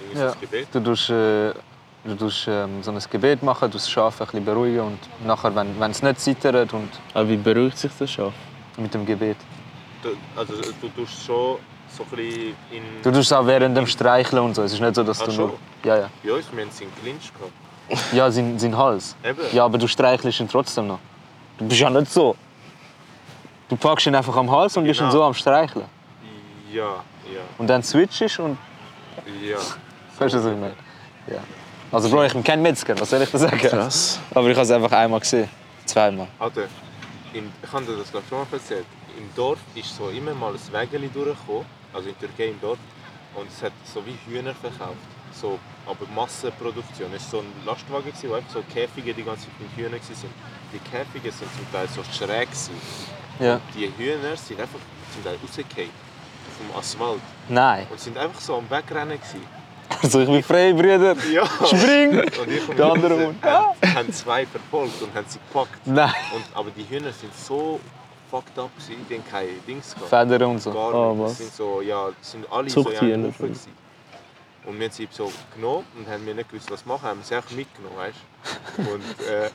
Irgendwie so Ja. Das Gebet. Du tust, äh, du tust ähm, so ein Gebet machen, du das Schaf ein bisschen beruhigen und nachher, wenn wenn es nicht zittert und Aber wie beruhigt sich das Schaf? mit dem Gebet. Du, also du tust schon so ein bisschen in. Du tust es auch während dem Streicheln und so. Es ist nicht so, dass Ach du so. nur... Ja, ja. Bei uns, wir haben es in Clinch gehabt. Ja, sein, sein Hals. Eben. Ja, aber du streichelst ihn trotzdem noch. Du bist ja nicht so. Du packst ihn einfach am Hals und bist ihn Genau. so am Streicheln. Ja, ja, Und dann switchst und... ja. Weißt du, was ich meine? Ja. Also, Bro, ich bin kein Metzger, was soll ich dir sagen? Aber ich habe es einfach einmal gesehen. Zweimal. Alter, in, ich habe dir das glaub ich, schon mal erzählt. Im Dorf ist so immer mal ein Wägeli durchgekommen, also in Türkei im Dorf, und es hat so wie Hühner verkauft. So, aber Massenproduktion. Es war so ein Lastwagen, gewesen, wo einfach so Käfige die ganze Zeit mit Hühnern waren. Die Käfige sind zum Teil so schräg. Gewesen. Ja. Die Hühner sind einfach zum Teil rausgefallen vom Asphalt Nein. und sind einfach so am Wegrennen. Gewesen. Also, ich bin frei, Brüder. Ja. Spring! Und ich und Der meine andere Schwester Hund. haben, haben zwei verfolgt und haben sie gepackt. Nein. Und, aber die Hühner sind so fucked up, gewesen, die haben keine Dings gehabt. Federn und so. Gar Ah, nicht. was? Das sind so, ja, das sind alle so in Zuchthühner. einem Haufen gewesen. Und wir haben sie so genommen und haben wir nicht gewusst, was machen, haben sie einfach mitgenommen, weißt du? Und äh,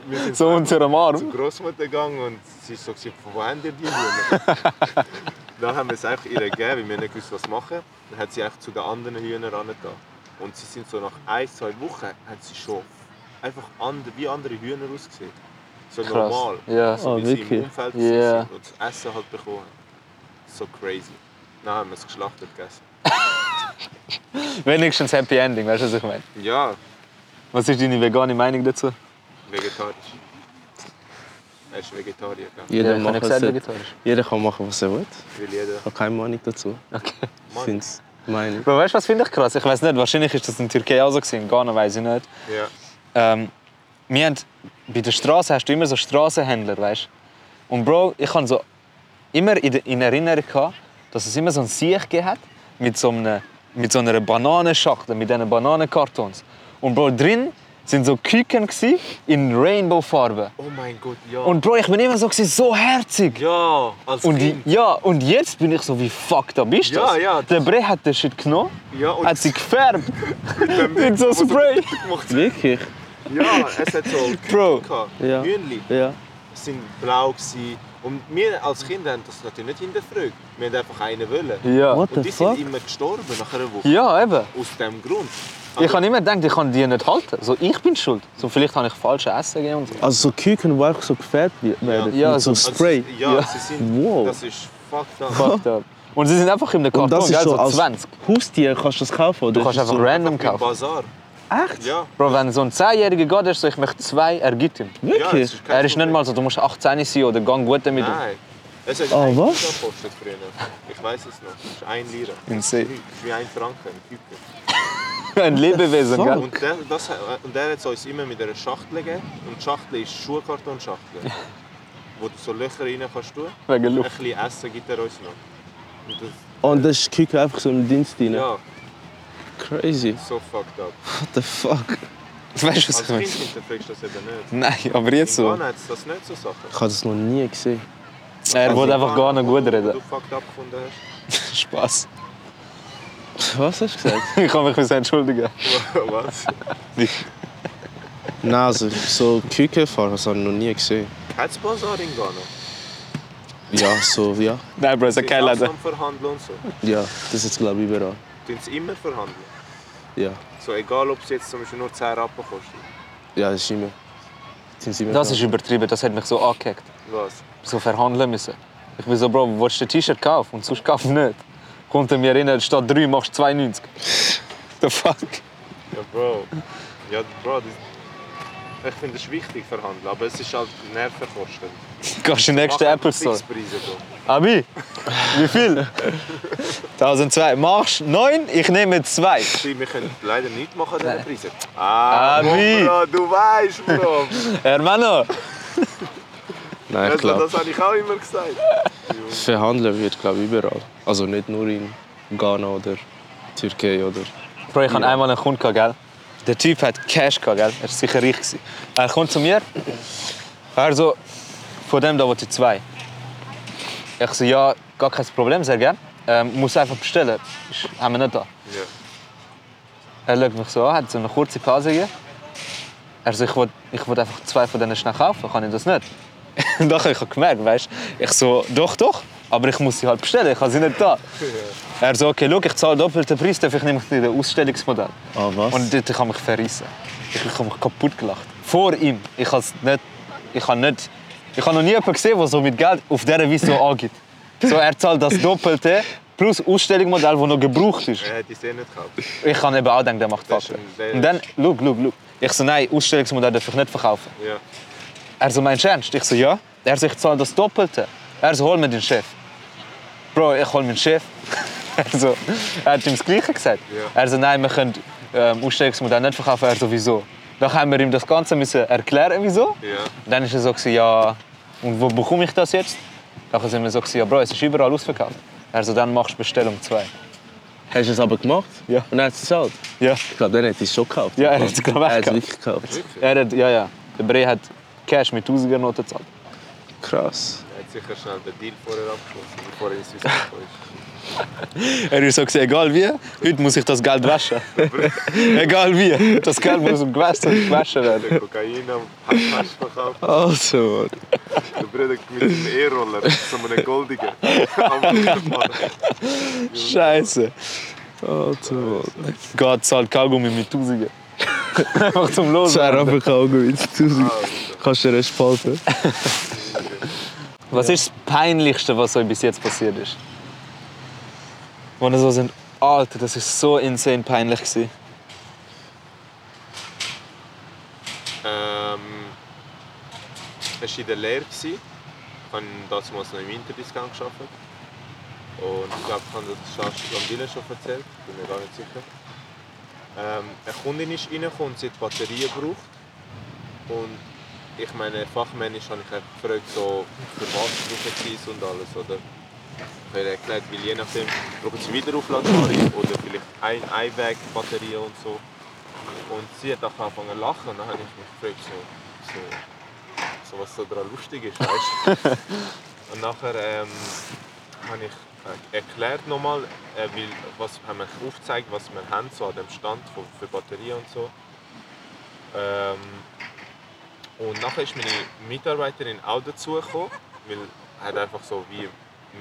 wir sind So unter dem zur Arm. Großmutter gegangen und sie ist so gesagt, von wo haben ihr die Hühner? dann haben wir es einfach ihr gegeben, weil wir nicht wussten, was machen. Dann hat sie einfach zu den anderen Hühnern herangegangen. Und sie sind so nach ein, zwei Wochen, hat sie schon einfach andere, wie andere Hühner ausgesehen. So Krass. normal. Ja. So, weil Ah, sie wirklich? im Umfeld Ja. sind und das Essen halt bekommen haben. So crazy. Dann haben wir es geschlachtet gegessen. Wenigstens Happy Ending, weißt du, was ich meine? Ja, Was ist deine vegane Meinung dazu? vegetarisch. Er ist Vegetarier, gell? Jeder, ich habe macht, nicht gesagt, was er, vegetarisch. jeder kann machen, was er will. Will jeder. Ich habe keine Meinung dazu. Okay. Ich finde es meine. Bro, weißt du, was finde ich krass? Ich weiß nicht, wahrscheinlich ist das in Türkei auch so gewesen, in Ghana weiß ich nicht. Ja. Ähm, wir haben, bei der Straße hast du immer so Straßenhändler, weißt du? Und Bro, ich habe so immer in, der- in Erinnerung gehabt, dass es immer so ein Sieg gegeben hat mit so, einem, mit so einer Bananenschachtel, mit diesen Bananenkartons. Und Bro, drin sind so Küken gewesen in Rainbow-Farben. Oh mein Gott, ja. Und Bro, ich bin immer so, gewesen, so herzig. ja, als Und die, Kind. ja, und jetzt bin ich so wie fuck, da bist du. Ja, ja, Der Bre hat den Shit genommen, Ja, und hat sie gefärbt dann mit so Spray. gemacht. Wirklich? Ja, es hat so Bro. Ja. Ja. Hühnli Ja. sind blau gewesen. und wir als Kinder haben das natürlich nicht hinterfragt. Wir haben einfach einen wollen. Ja. What Und the die fuck? sind immer gestorben nach einer Woche. ja, eben. Aus dem Grund. Ich habe immer gedacht, ich kann die nicht halten. So, ich bin schuld. So, vielleicht habe ich falsche Essen gegeben und so. Also so Küken, die einfach so gefärbt we- werden. Ja, mit so so- Also, Spray. Ja, Ja. sie sind. Wow. Das ist fucked up. Fucked up. Und sie sind einfach in der Und Karton, das ist gell, so so als 20. Haustier kannst du das kaufen, oder? also Du kannst Das ist einfach random Im kaufen. Bazar. Echt? Ja. Bro, wenn so ein 10-Jähriger geht, ist so, ich möchte zwei, er gibt ihm. Ja, Wirklich? es kein Er ist nicht Problem. mal so, du musst 18 sein oder gang gut damit um. Nein. Es hat Ah, ein was? Lira gekostet früher. Ich weiß es noch. Es ist ein Lira. Insane. Wie ein Franken, ein Küken. Ein Lebewesen, gell? Und der, das, äh, und der hat es uns immer mit einer Schachtel gegeben. Und die Schachtel ist Schuhkartonschachtel. wo du so Löcher rein kannst tun. Wegen Ein Luft. bisschen Essen gibt er uns noch. Und das, Und das ist Küken einfach so im Dienst rein. ja, Crazy. so fucked up. What the fuck? Weißt du, was Als ich Kind meine? hinterfragst du das eben nicht. Nein, aber jetzt In so. Ghana hat es das nicht so Sachen. Also Ich habe das noch nie gesehen. Er wollte einfach gar nicht gut Wo reden. du fucked up gefunden hast. Spaß. Was hast du gesagt? Ich kann mich müssen entschuldigen. Was? Nein, also so Kükenfahrer das habe ich noch nie gesehen. Hat es Bazar in Ghana? Ja, so, ja. Nein, Bro, es hat keinen Sie Laden. am Verhandeln und so. Ja, das ist glaube ich überall. Tun sie immer verhandeln. Ja, So egal, ob es jetzt zum Beispiel nur 10 Rappen kostet. ja, das ist immer. Sind sie immer Das dran. ist übertrieben, das hat mich so angehackt. Was? So verhandeln müssen. Ich bin so, Bro, willst du ein T-Shirt kaufen? Und sonst kauf nicht. Kommt er mir rein, statt 3 machst du 92. The fuck? Ja, Bro. Ja, Bro, das... Ich finde es wichtig, verhandeln, aber es ist halt nervenkostend. Gehst in den nächsten Mach Apple einfach Store. Fixpreise, Bro. Abi, wie viel? 1002. Machst 9, ich nehme 2. Sie, wir können leider nichts machen an diesen Preisen. Ah, Ah, wie? Bro, du weißt, Bro. Hermano, Nein, ich Also, glaube. das habe ich auch immer gesagt. Verhandeln wird, glaube ich, überall. Also nicht nur in Ghana oder Türkei oder. Bro, ich hatte einmal einen Kunden, gehabt, gell? Der Typ hat Cash, gehabt, gell? Er war sicher reich. gewesen. Er kommt zu mir. Er so, von dem da wollte ich zwei. Ich so, ja, gar kein Problem, sehr gerne. Ähm, muss einfach bestellen. Ist, haben wir nicht da. Ja. Er schaut mich so an, hat so eine kurze Pause gegeben. Er so, ich wollte ich wollt einfach zwei von denen schnell kaufen, kann ich das nicht? Und dann habe ich gemerkt, weißt du, ich so, doch, doch, aber ich muss sie halt bestellen, ich habe sie nicht da. Er so, okay, schau, ich zahle doppelten Preis, darf ich nehme das Ausstellungsmodell. Ah, was? Und dort ich habe mich verrissen. Ich, ich habe mich kaputt gelacht. Vor ihm. Ich habe nicht, ich habe nicht, ich habe noch nie jemanden gesehen, der so mit Geld auf dieser Weise so angibt. So, er zahlt das Doppelte plus Ausstellungsmodell, das noch gebraucht ist. Er hätte es eh nicht gekauft. Ich kann eben auch denken, der macht Das Fakten. ist ein- Und dann, schau, schau, schau. Ich so, nein, Ausstellungsmodell darf ich nicht verkaufen. Ja. Er so, meinst du ernst? Ich so, ja. Er so, ich zahle das Doppelte. Er so, hol mir den Chef. Bro, ich hol meinen Chef. er so, er hat ihm das Gleiche gesagt. Ja. Er so, nein, wir können ähm, Ausstellungsmodell nicht verkaufen. Er so, wieso? Dann haben wir ihm das Ganze müssen erklären, wieso. Ja. Dann ist er so, gewesen, ja, und wo bekomme ich das jetzt? Dann sind wir so, gewesen, ja, Bro, es ist überall ausverkauft. Er so, dann machst du Bestellung 2. Hast du es aber gemacht? Ja. Und er hat es gezahlt? Ja. Ich glaube, dann hätte ich es schon gekauft. Ja, er hat es, glaube ich, Er hat es gekauft. wirklich gekauft. Er hat, ja, ja. Der Bre hat Cash mit 1000er Noten gezahlt. Krass. Er hat sicher schnell den Deal vorher abgeschlossen, bevor er ins Haus gekommen ist. Er ist so gesagt, egal wie, heute muss ich das Geld waschen. egal wie, das Geld muss gewaschen, gewaschen werden. Der Kokain am Hasch verkauft. Also, Mann. Der Bruder mit einem E-Roller, so einem goldigen. Am Wochenende. Scheiße. Also, Mann. Gott zahlt Kaugummi mit 1000er. Einfach zum Losen. Zwei Rappen kaufen jetzt tausend. Kannst du den Rest behalten? Was ist das Peinlichste, was euch bis jetzt passiert ist? Wenn ihr so sind, Alter, das ist so insane peinlich. Gewesen. Ähm, es war in der Lehre. Ich habe damals noch im Interdiscount gearbeitet. Und ich glaube, ich habe das schon am Dylan schon erzählt, bin mir gar nicht sicher. Ähm, eine Kundin ist reingekommen und sie hat Batterien gebraucht. Und ich meine, fachmännisch habe ich einfach gefragt, so, für was brauchen sie es und alles. Oder? Ich habe ihr erklärt, weil je nachdem brauchen sie Wiederaufladung oder vielleicht ein Einweg-Batterien und so. Und sie hat auch angefangen zu lachen und dann habe ich mich gefragt, so, so, so was so daran lustig ist, weißt du? und nachher ähm, habe ich äh, erklärt nochmal, äh, weil, was haben wir aufgezeigt, was wir haben so an dem Stand von, für Batterien und so. Ähm, und nachher ist meine Mitarbeiterin auch dazugekommen, weil sie hat einfach so wie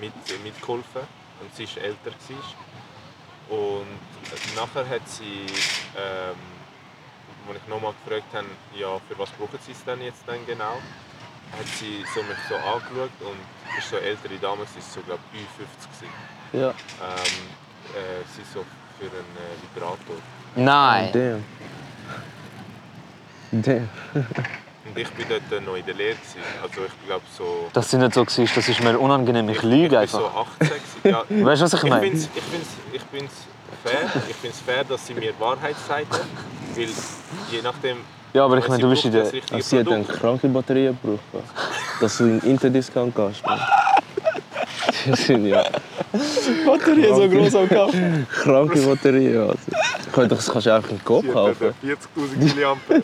mit, mitgeholfen und sie war älter. Gewesen. Und nachher hat sie, ähm, als ich nochmal gefragt habe, ja, für was brauchen sie es denn jetzt denn genau, hat sie so mich so angeschaut und ist so eine ältere Dame, sie ist so, glaube ich, 50 gewesen. Ja. Ähm, äh, sie ist so für einen äh, Vibrator. Nein. Damn. Damn. Und ich bin dort äh, noch in der Lehre, gewesen. also ich glaube so... Das sind nicht so, gewesen, das ist mir unangenehm. Ich lüge Ich bin so einfach. 18 gewesen. ja. Weißt du, was ich Ich meine? finde ich find's, ich find's fair, ich find's fair, dass sie mir Wahrheit sagt, weil je nachdem... Ja, aber ich wenn meine, sie du bist in braucht der. das richtige Also, sie hat dann Produkt. kranke Batterien gebraucht. Mann. Dass du in den Interdiscount gehst. Mann. Die sind ja Batterie so groß am Kopf. kranke Batterien. Also. Ich könnte- Das kannst du auch in den Kopf Sie hat kaufen. dort 40.000 Milliampere.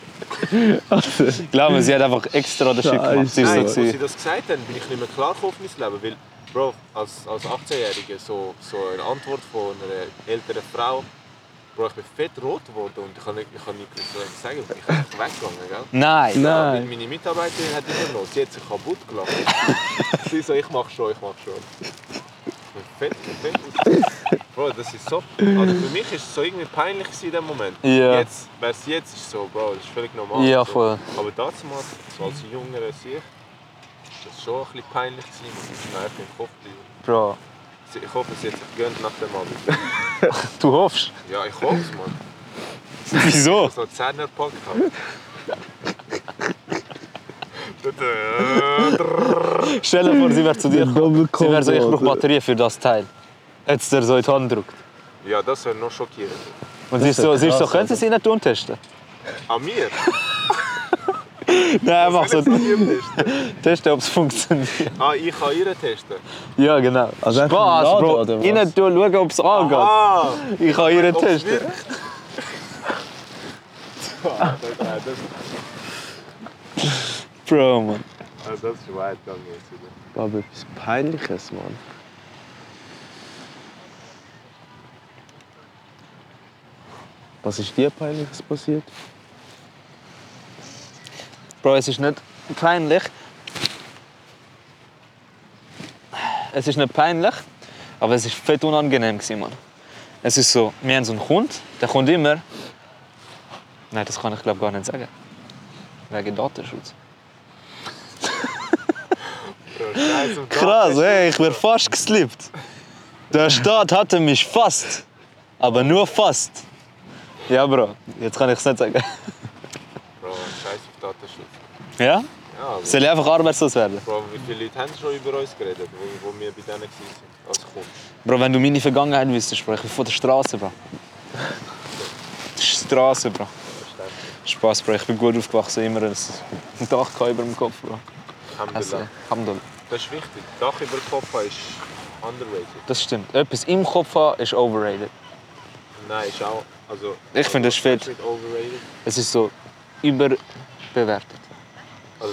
Glaub mir, sie hat einfach extra den Shit gemacht. Sie ist so Nein, als sie gewesen. das gesagt haben, bin ich nicht mehr klar gekommen auf mein Leben, weil, Bro, als, als 18-Jähriger so, so eine Antwort von einer älteren Frau, Bro, ich bin fett rot geworden und ich kann nicht, ich kann nicht gewusst, was ich sagen soll. Ich bin einfach weggegangen, gell? Nein. Ja, weil Nein. meine Mitarbeiterin hat immer noch, sie hat sich kaputt gelacht. sie so, ich mach schon, ich mach schon. Ich bin Fett, ich bin fett. aus- Bro, das ist so. Also für mich ist es so irgendwie peinlich gewesen in dem Moment. Ja. Jetzt, wär's jetzt ist so, Bro, das ist völlig normal. Ja, so. voll. Aber damals, so als jüngerer Sieg, ist das schon ein bisschen peinlich gewesen. Das ist mir einfach im Kopf geblieben. Bro, Sie- Ich hoffe, sie hat sich gegönnt nach dem Abend. du hoffst. Ja, ich hoffe es, Mann. Wieso? So ein Zehner-Pack haben. Bitte. Stell dir vor, sie wäre zu dir Der gekommen. Double Sie wäre so, ich Combo, brauche Alter. Batterien für das Teil. Hätte es dir so in die Hand gedrückt. Ja, das wäre noch schockierend. Und sie ist so, ist sie ist so krass, können sie es in den Ton testen? An mir? Nein, mach so, Soll ich sie testen, testen? ob es funktioniert. Ah, ich kann ihre testen. Ja, genau. Also einfach Spaß, laden, Bro. oder was? Innen tun, schauen, ob es angeht. Ah! Ich kann ihre Ob Oh es testen. wirkt? Ah, das, ah, das, Bro, Mann. ah, das ist weit gegangen jetzt wieder. Aber etwas Peinliches, Mann. Was ist dir Peinliches passiert? Bro, es ist nicht peinlich. Es ist nicht peinlich, aber es ist fett unangenehm gewesen, Mann. Es ist so, wir haben so einen Hund, der kommt immer. Nein, das kann ich glaube gar nicht sagen. Wegen Datenschutz. Bro, scheiß auf das. Krass, ey, ich wär fast geslippt. Der Staat hatte mich fast, aber nur fast. Ja, Bro, jetzt kann ich es nicht sagen. Bro, scheiß auf Datenschutz. Ja? Ja, aber, Soll ich einfach arbeitslos werden? Bro, wie viele Leute haben schon über uns geredet, wo, wo wir bei denen Also, waren? Als Kunde. Bro, wenn du meine Vergangenheit wüsstest, Bro, ich bin von der Straße, Bro. Das ist die Straße, Bro. Verständlich. Spaß, Bro, ich bin gut aufgewachsen, immer ein ein Dach gehabt über dem Kopf, Bro. Also, Alhamdulillah. Alhamdulillah. Das ist wichtig. Dach über den Kopf haben ist underrated. Das stimmt. Etwas im Kopf haben ist overrated. Nein, ist auch. Also, Ich finde, das ist also, fett. mit overrated. Es ist so überbewertet.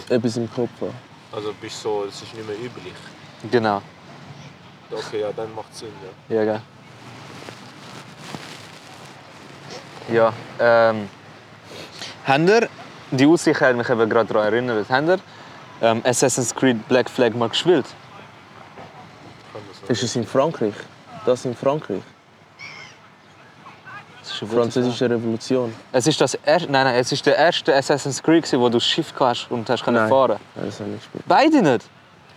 Etwas im Kopf. haben. Also bist so, es ist nicht mehr üblich. Genau. Okay, ja, dann macht Sinn, ja. Ja, gell. Ja, ähm. Habt ihr, die Aussicht hat mich eben gerade daran erinnert, habt ihr ähm, Assassin's Creed Black Flag mal gespielt? Kann das noch Ist es in Frankreich? Das in Frankreich? Das ist eine gute Französische Revolution. Frage. Es ist, das er nein, nein, es ist der erste Assassin's Creed, gewesen, wo du das Schiff hast und hast können Nein. fahren Nein, das habe ich nicht gespielt. Beide nicht? nicht.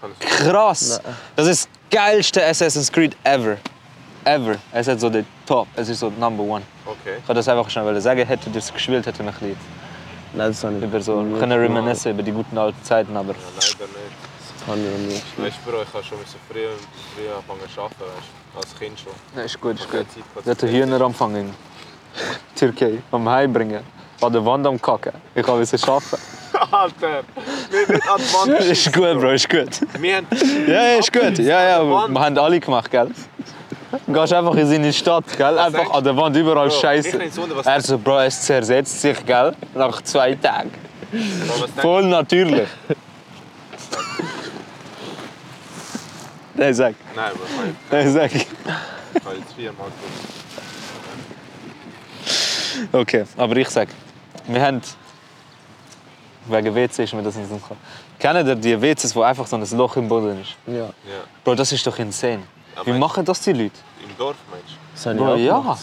Kann das Krass! Nein. Das ist das geilste Assassin's Creed ever. Ever. Es ist so der Top. Es ist so Number One. noch- Okay. Ich wollte das einfach schnell sagen. Hätte das gespielt, hätte ich mich ein bisschen Nein, das habe ich über so nicht können reminiszen über die guten alten Zeiten, aber Ja, leider nicht. Das habe ich noch nie gespielt. Weißt du, Bro, ich habe schon so früh, früh angefangen zu arbeiten, weißt du? Als Kind schon. ja, ist gut, ist Ich hab gut. keine Zeit gehabt, Ja, der Hühner am Fangen. Türkei, am Heimbringen, an der Wand am Kacken. Ich kann es schaffen. Alter! Wir haben nicht an die Wand Ist geschissen. gut, Bro, ist gut. Wir haben... Ja, ja, ist gut. Ja, ja, An der Wand. wir haben alle gemacht, gell? Du gehst einfach in seine Stadt, gell? Einfach sagst du? an der Wand überall Bro, ich Scheiße. nehm's wunder, was- Er so, Bro, es zersetzt sich, gell? Nach zwei Tagen. Bro, was denkst Voll natürlich. Nein, sag. du? Nein, Bro, ich Nein, sag. habe jetzt viermal gemacht. Okay, aber ich sag, wir haben. Wegen WC ist mir das nicht gekommen. Kennen ihr die WCs, wo einfach so ein Loch im Boden ist? Ja, Ja. Bro, das ist doch insane. Ja, Wie mein- machen das die Leute? Im Dorf, meinst du? das habe ich Bro, auch ja. gemacht.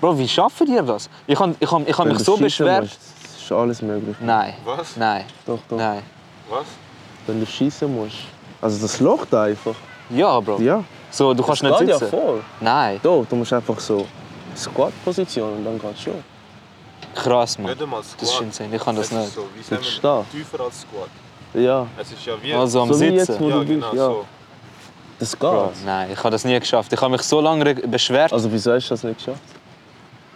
Bro, wie schaffen die das? Ich habe ich hab, ich hab Wenn mich du so schiessen beschwert. musst, Das ist alles möglich. Nein. Was? Nein. Doch, doch. Nein. Was? Wenn du schießen musst. Also das Loch da einfach. Ja, Bro. Ja. So, du kannst nicht Geht ja sitzen. voll. Nein. Doch, du musst einfach so Squat-Position und dann geht's schon. Krass, Mann. Nicht einmal Squat. Das ist insane, ich kann das Es nicht. ist so, wie Du sagen wir, stehst. tiefer als Squat. Ja. Es ist ja wie... Also am So wie jetzt, Sitzen. wo- ja, du bist, genau, ja. so. Das geht. Bro, nein, ich habe das nie geschafft. Ich habe mich so lange re- beschwert. Also wieso hast du das nicht geschafft?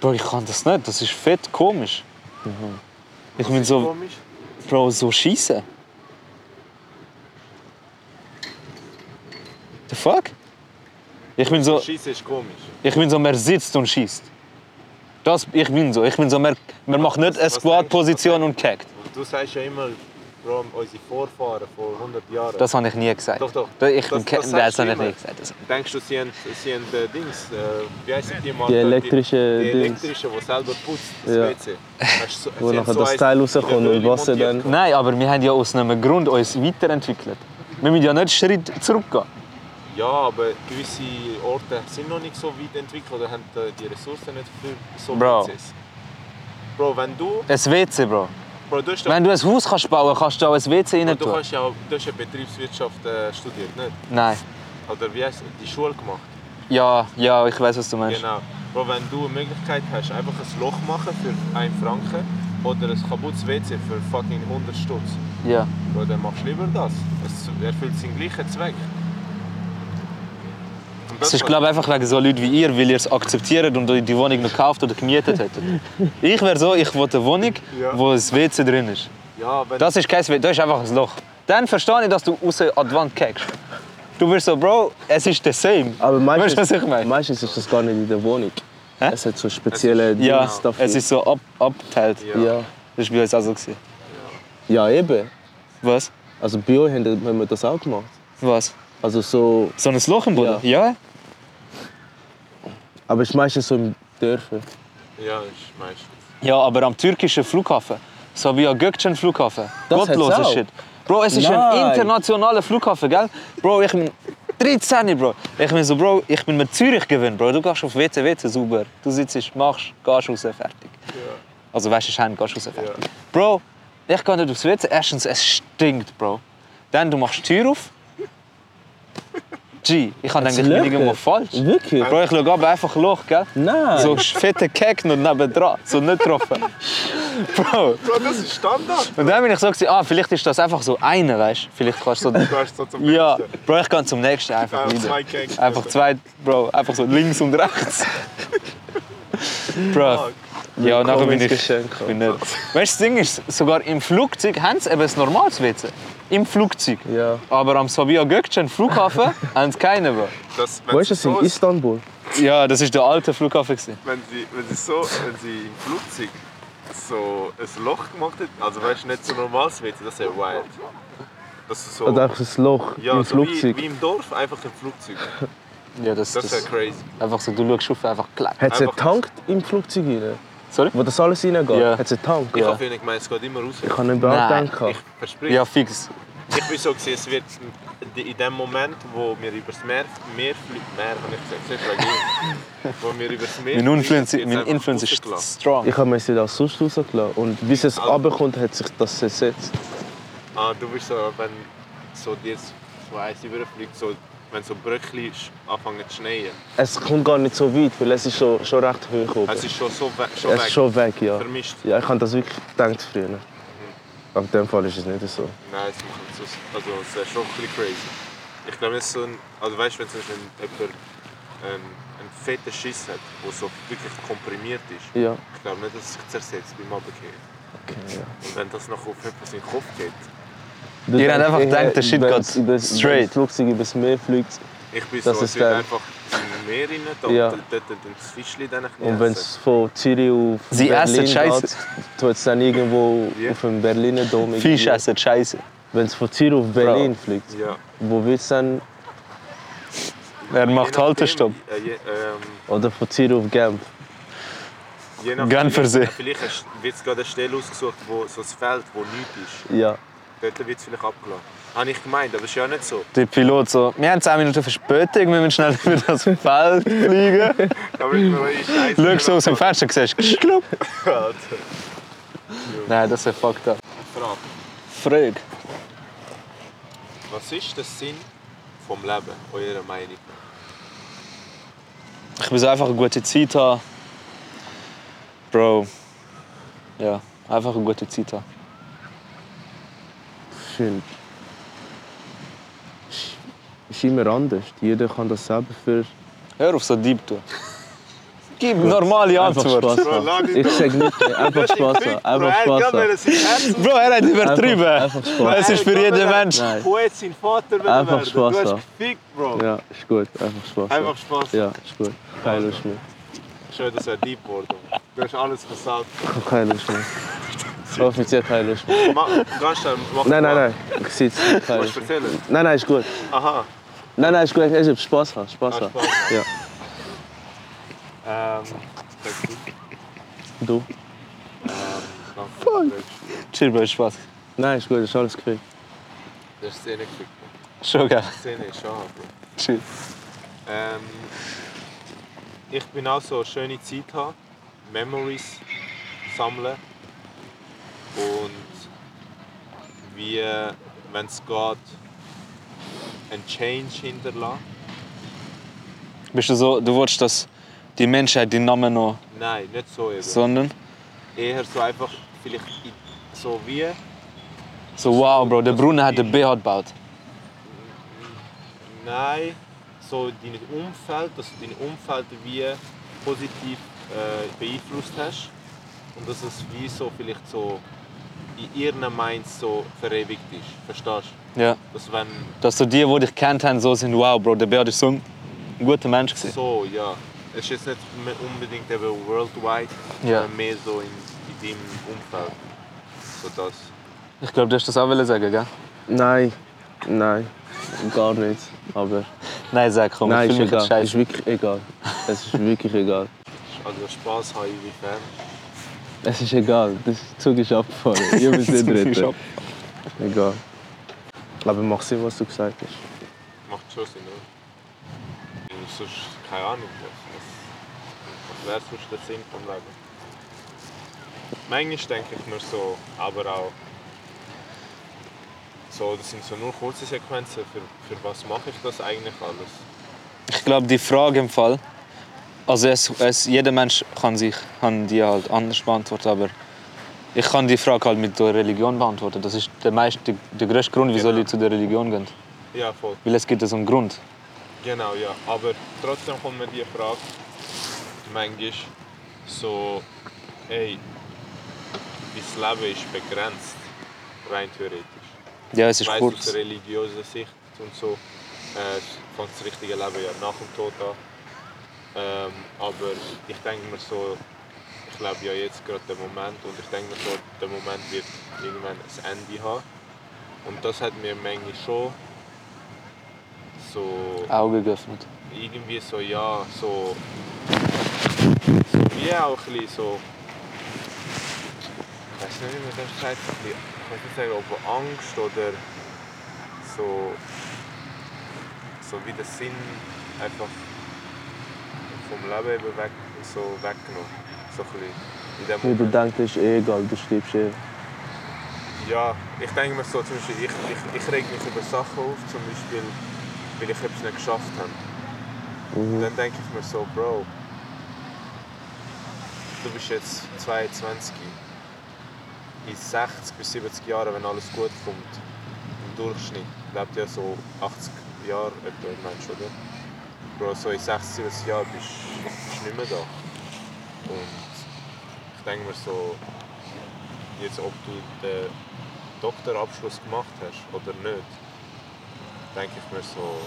Bro, ich kann das nicht. Das ist fett komisch. Mhm. Ich Das bin ist so, Komisch. Bro, so schießen. The fuck? Ich bin so, Schießen ist komisch. ich bin so, man sitzt und schießt. Das, ich bin so. Ich bin so, man, man macht nicht eine Was Squad-Position und kackt. Und du sagst ja immer, Bro, unsere Vorfahren vor 100 Jahren. Das habe ich nie gesagt. Doch, doch. Da- Ich bin Das- das, das das, das sagst du habe ich nie immer. gesagt. Also, Das- Denkst du, sie haben, sie haben äh, Dings, äh, wie heissen die mal? Die elektrischen Die, die Dings. elektrische, die selber putzt, das Ja. WC. Hast du so- Wo sie haben nachher so das eins Teil in rauskommt der und Höhle was er dann. montiert. Nein, aber wir haben ja aus einem Grund uns weiterentwickelt. Wir müssen ja nicht einen Schritt zurückgehen. Ja, aber gewisse Orte sind noch nicht so weit entwickelt oder haben äh, die Ressourcen nicht für so Bro. Prozess. Bro, wenn du. Ein WC, Bro. Bro, du hast doch- Wenn du ein Haus kannst bauen kannst, kannst du auch ein WC rein Bro, du tun. hast ja auch- du hast ja Betriebswirtschaft äh, studiert, nicht? Nein. Oder wie heißt die Schule gemacht? Ja, ja, ich weiß, was du meinst. Genau. Bro, wenn du eine Möglichkeit hast, einfach ein Loch machen für 1 Franken oder ein kaputtes WC für fucking 100 Stutz, Ja. Bro, dann machst du lieber das. Es erfüllt seinen gleichen Zweck. Und Es ist, glaube ich, einfach wegen so Leuten wie ihr, weil ihr es akzeptiert und euch die Wohnung noch gekauft oder gemietet hättet. Ich wäre so, ich wollte eine Wohnung, Ja. wo ein WC drin ist. ja, wenn Das ist kein WC, das ist einfach ein Loch. Dann verstehe ich, dass du raus an die Wand kickst. Du wirst so, Bro, es ist the same. Aber meistens, Weißt du, was ich meine? meistens ist das gar nicht in der Wohnung. Hä? Es hat so spezielle Dinge Ja, dafür. es ist so ab, abgeteilt. Ja. ja. Das war bei uns auch so. gewesen. ja, eben. Was? Also bei euch haben haben wir das auch gemacht. Was? Also so, So ein Loch im Boden? Ja. aber es ist meistens so im Dörfer. Ja, ist meistens. ja? aber am türkischen Flughafen. So wie am Gökçen Flughafen. Das Gottloser hat's auch. Shit. Bro, es ist ein Nein. internationaler Flughafen, gell? Bro, ich bin 13, Bro. Ich bin so, Bro, ich bin mit Zürich gewöhnt, Bro. Du gehst auf WC, WC sauber. Du sitzt, machst, gehst raus, fertig. Also weißt du, Schein, gehst raus, fertig. Ja. Bro, ich gehe nicht aufs WC. Erstens, es stinkt, Bro. Dann, du machst die Tür auf. G, ich habe Es gedacht, ich bin leuchtet. irgendwo falsch. Wirklich? Bro, ich schaue ab, einfach Loch, gell? Nein. So fette Kek noch nebendran, so nicht getroffen. Bro, Bro, das ist Standard. und dann bin ich so, gewesen, ah, vielleicht ist das einfach so eine, weißt du? Vielleicht kannst du so... Du hast so zum Ja, Besten. Bro, ich gehe zum nächsten einfach Einfach wieder. zwei Keks. Einfach zwei, Bro, einfach so links und rechts. Bro, Fuck. ja, nachher bin ich... Willkommensgeschenk. ich bin nicht. Weißt du, das Ding ist, sogar im Flugzeug haben sie eben ein normales WC. Im Flugzeug. Ja. Aber am Sabiha Gökçen Flughafen haben sie keine, Bro. Das, wenn Wo ist sie das in so- Istanbul? Ja, das war der alte Flughafen. gewesen. wenn sie, wenn sie so, wenn sie im Flugzeug so ein Loch gemacht hat, also weißt du, nicht so normales WC, das ist ja wild. Das ist so, Oder einfach so ein Loch ja, im so Flugzeug? Wie, wie im Dorf, einfach im Flugzeug. Ja, das, Das ist ja crazy. Einfach so, du schaust auf, einfach klack. Hat es einen einfach- Tank im Flugzeug rein? Sorry? Wo das alles reingeht? Ja. Hat es einen Tank? Ich Ja. habe nicht gemeint, es geht immer raus. Ich habe nicht mehr Nein. gedacht. Ich verspreche. Ja, fix. Ich bin so, gewesen, es wird in dem Moment, wo wir über das Meer, Meer fliegen, Meer habe ich gesagt, es ist fragil. wo wir über das Meer Mein Influencer, wird's mein einfach Influencer rausgelassen. ist strong. Ich habe mir sie das sonst rausgelassen. Und bis es Also- runterkommt, hat sich das ersetzt. Ah, du bist so, wenn so dir so eins überfliegt, so, wenn so Bröckchen sch- anfangen zu schneien. Es kommt gar nicht so weit, weil es ist schon, schon recht hoch oben. Es ist schon so we schon weg. es Mhm. ist schon weg, ja. Vermischt. Ja, ich habe das wirklich gedacht früher. Aber in dem Fall ist es nicht so. Nein, es macht so, also es ist schon ein bisschen crazy. Ich glaube, es ist so ein, also weißt du, wenn zum Beispiel jemand ähm, einen fetten Schiss hat, der so wirklich komprimiert ist, Ja. ich glaube nicht, dass es sich zersetzt beim Abkehren. Okay, ja. Und wenn das noch auf jemanden seinen Kopf geht, Du Ihr denkst habt einfach eher, gedacht, der Shit wenn geht es über- Wenn straight. das Flugzeug über das Meer fliegt ich bin Das so, ist ich würde geil. einfach im Meer rein, da, Ja. dort, dort, das Fischchen dann ein bisschen und wenn es von Zürich auf Sie essen Berlin Scheiße. geht, tut es dann irgendwo Ja. auf dem Berliner Dom. Fisch essen, scheiße. Wenn es von Zürich auf Berlin fliegt, Ja. wo wird es dann? Er Je macht nachdem, Haltestopp. äh, je- ähm, Oder von Zürich auf Genf? Je nach- Genfersee. Vielleicht hast- wird es gerade eine Stelle ausgesucht, wo so ein Feld, wo nichts ist. Ja. Dort wird es vielleicht abgeladen. Habe ich gemeint, aber ist ja nicht so. Der Pilot so, wir haben 10 Minuten Verspätung, wir müssen schnell über das Feld fliegen. Aber ich meine, scheiße. Schau so aus dem Fenster und siehst, schlupp. Nein, das ist ein fucked up. Frage. Frage. Was ist der Sinn vom Leben, eurer Meinung nach? Ich will so einfach eine gute Zeit haben. Bro. Ja, einfach eine gute Zeit haben. Schön. Ist immer anders. Jeder kann das selber für. Hör auf so deep tun. Gib normale Einfach Antwort. Spaß Bro, lass haben. ihn Ich sag nicht, mehr. einfach Spaß haben. Einfach Spaß haben. haben. Bro, er hat übertrieben. einfach Spaß. Es ist für jeden Mensch. Nein. Poet sein Vater will Einfach werden. Spaß Du hast haben. gefickt, Bro. Ja, ist gut. Einfach Spaß haben. Einfach Spaß. Ja, ist gut. Keine Lust mehr. Schön, dass er deep wurde. Du hast alles gesagt. Ich habe keine Lust mehr. Ich hoffe, ich habe keine Lust mehr. Ma, ganz schnell, mach Nein, nein, mal. nein. Ich sitze. Keine Musst Lust du mehr. erzählen? Nein, nein, ist gut. Aha. Nein, nein, ist gut. Ich habe Spass haben. Spass Ah, haben. Spaß. Ja. Ähm, sag du. Du? Ähm, Fuck. Chill, Bro, Spaß. Nein, ist gut. Ist alles gekriegt. Du hast die Szene gekriegt. Schon geil. Die Szene ist schon hart, Bro. Chill. Ähm, ich bin auch so eine schöne Zeit haben, Memories sammeln und wie, wenn es geht, einen Change hinterlassen. Bist du so, du willst, dass die Menschheit den Namen noch, Nein, nicht so eben. sondern Eher so einfach, vielleicht in- so wie, so, wow, Bro, der Brunnen hat den BH gebaut. nein, so dein Umfeld, dass du dein Umfeld wie positiv äh, beeinflusst hast und dass es wie so vielleicht so in ihren Mind so verewigt ist. Verstehst du? Ja. dass wenn Dass so die, die dich kennt haben, so sind, wow, Bro, der Beat ist so ein guter Mensch gewesen. so, ja, es ist jetzt nicht mehr unbedingt eben worldwide, Ja. sondern mehr so in, in deinem Umfeld. So das. Ich glaube, du hast das auch wollen sagen, gell? Nein. Nein. Gar nicht. Aber. Nein, sag, komm, Nein, ich ist fühle mich jetzt egal. Ist scheiße. wirklich egal. Es ist wirklich egal. Also Spaß habe ich inwiefern. Es ist egal. Der Zug ist abgefahren. Ich will nicht Zug ist reden. Egal. Aber mach Sinn, was du gesagt hast. Macht schon Sinn, oder? Und sonst keine Ahnung, was, was, was wäre sonst der Sinn vom Leben? Manchmal denke ich mir so, aber auch so, das sind so nur kurze Sequenzen, für, für was mache ich das eigentlich alles? Ich glaube, die Frage im Fall, also es, es, jeder Mensch kann sich kann die halt anders beantworten, aber ich kann die Frage halt mit der Religion beantworten. Das ist der, meiste, der größte Grund, wieso Genau. Leute zu der Religion gehen. Ja, voll. Weil es gibt so einen Grund. Genau, ja. Aber trotzdem kommt mir die Frage manchmal so, hey, dein Leben ist begrenzt, rein theoretisch. Ja, es ist Weißt aus kurz. der religiösen Sicht und so, äh, fängt das richtige Leben ja nach dem Tod an. Ähm, aber ich denke mir so, ich lebe ja jetzt gerade den Moment und ich denke mir so, der Moment wird irgendwann ein Ende haben. Und das hat mir manchmal schon so Augen geöffnet. irgendwie so, ja, so. So wie auch ein bisschen so. Ich weiß nicht, wie man das sagt. so ein bisschen- Ich weiß nicht sagen, ob Angst oder so. So wie der Sinn einfach vom Leben eben weg, so weggenommen. So ein bisschen. In dem Wie du Moment. denkst, ist eh egal. Du stirbst eh. Ja, ich denke mir so, zum Beispiel, ich, ich, ich reg mich über Sachen auf, zum Beispiel, weil ich etwas nicht geschafft habe. Und dann denke ich mir so, Bro, du bist jetzt 22. In 60 bis 70 Jahren, wenn alles gut kommt, im Durchschnitt lebt ja so 80 Jahre etwa ein Mensch, oder? Bro, so in 60, 70 Jahren bist du nicht mehr da. Und ich denke mir so, jetzt ob du den Doktorabschluss gemacht hast oder nicht, denke ich mir so,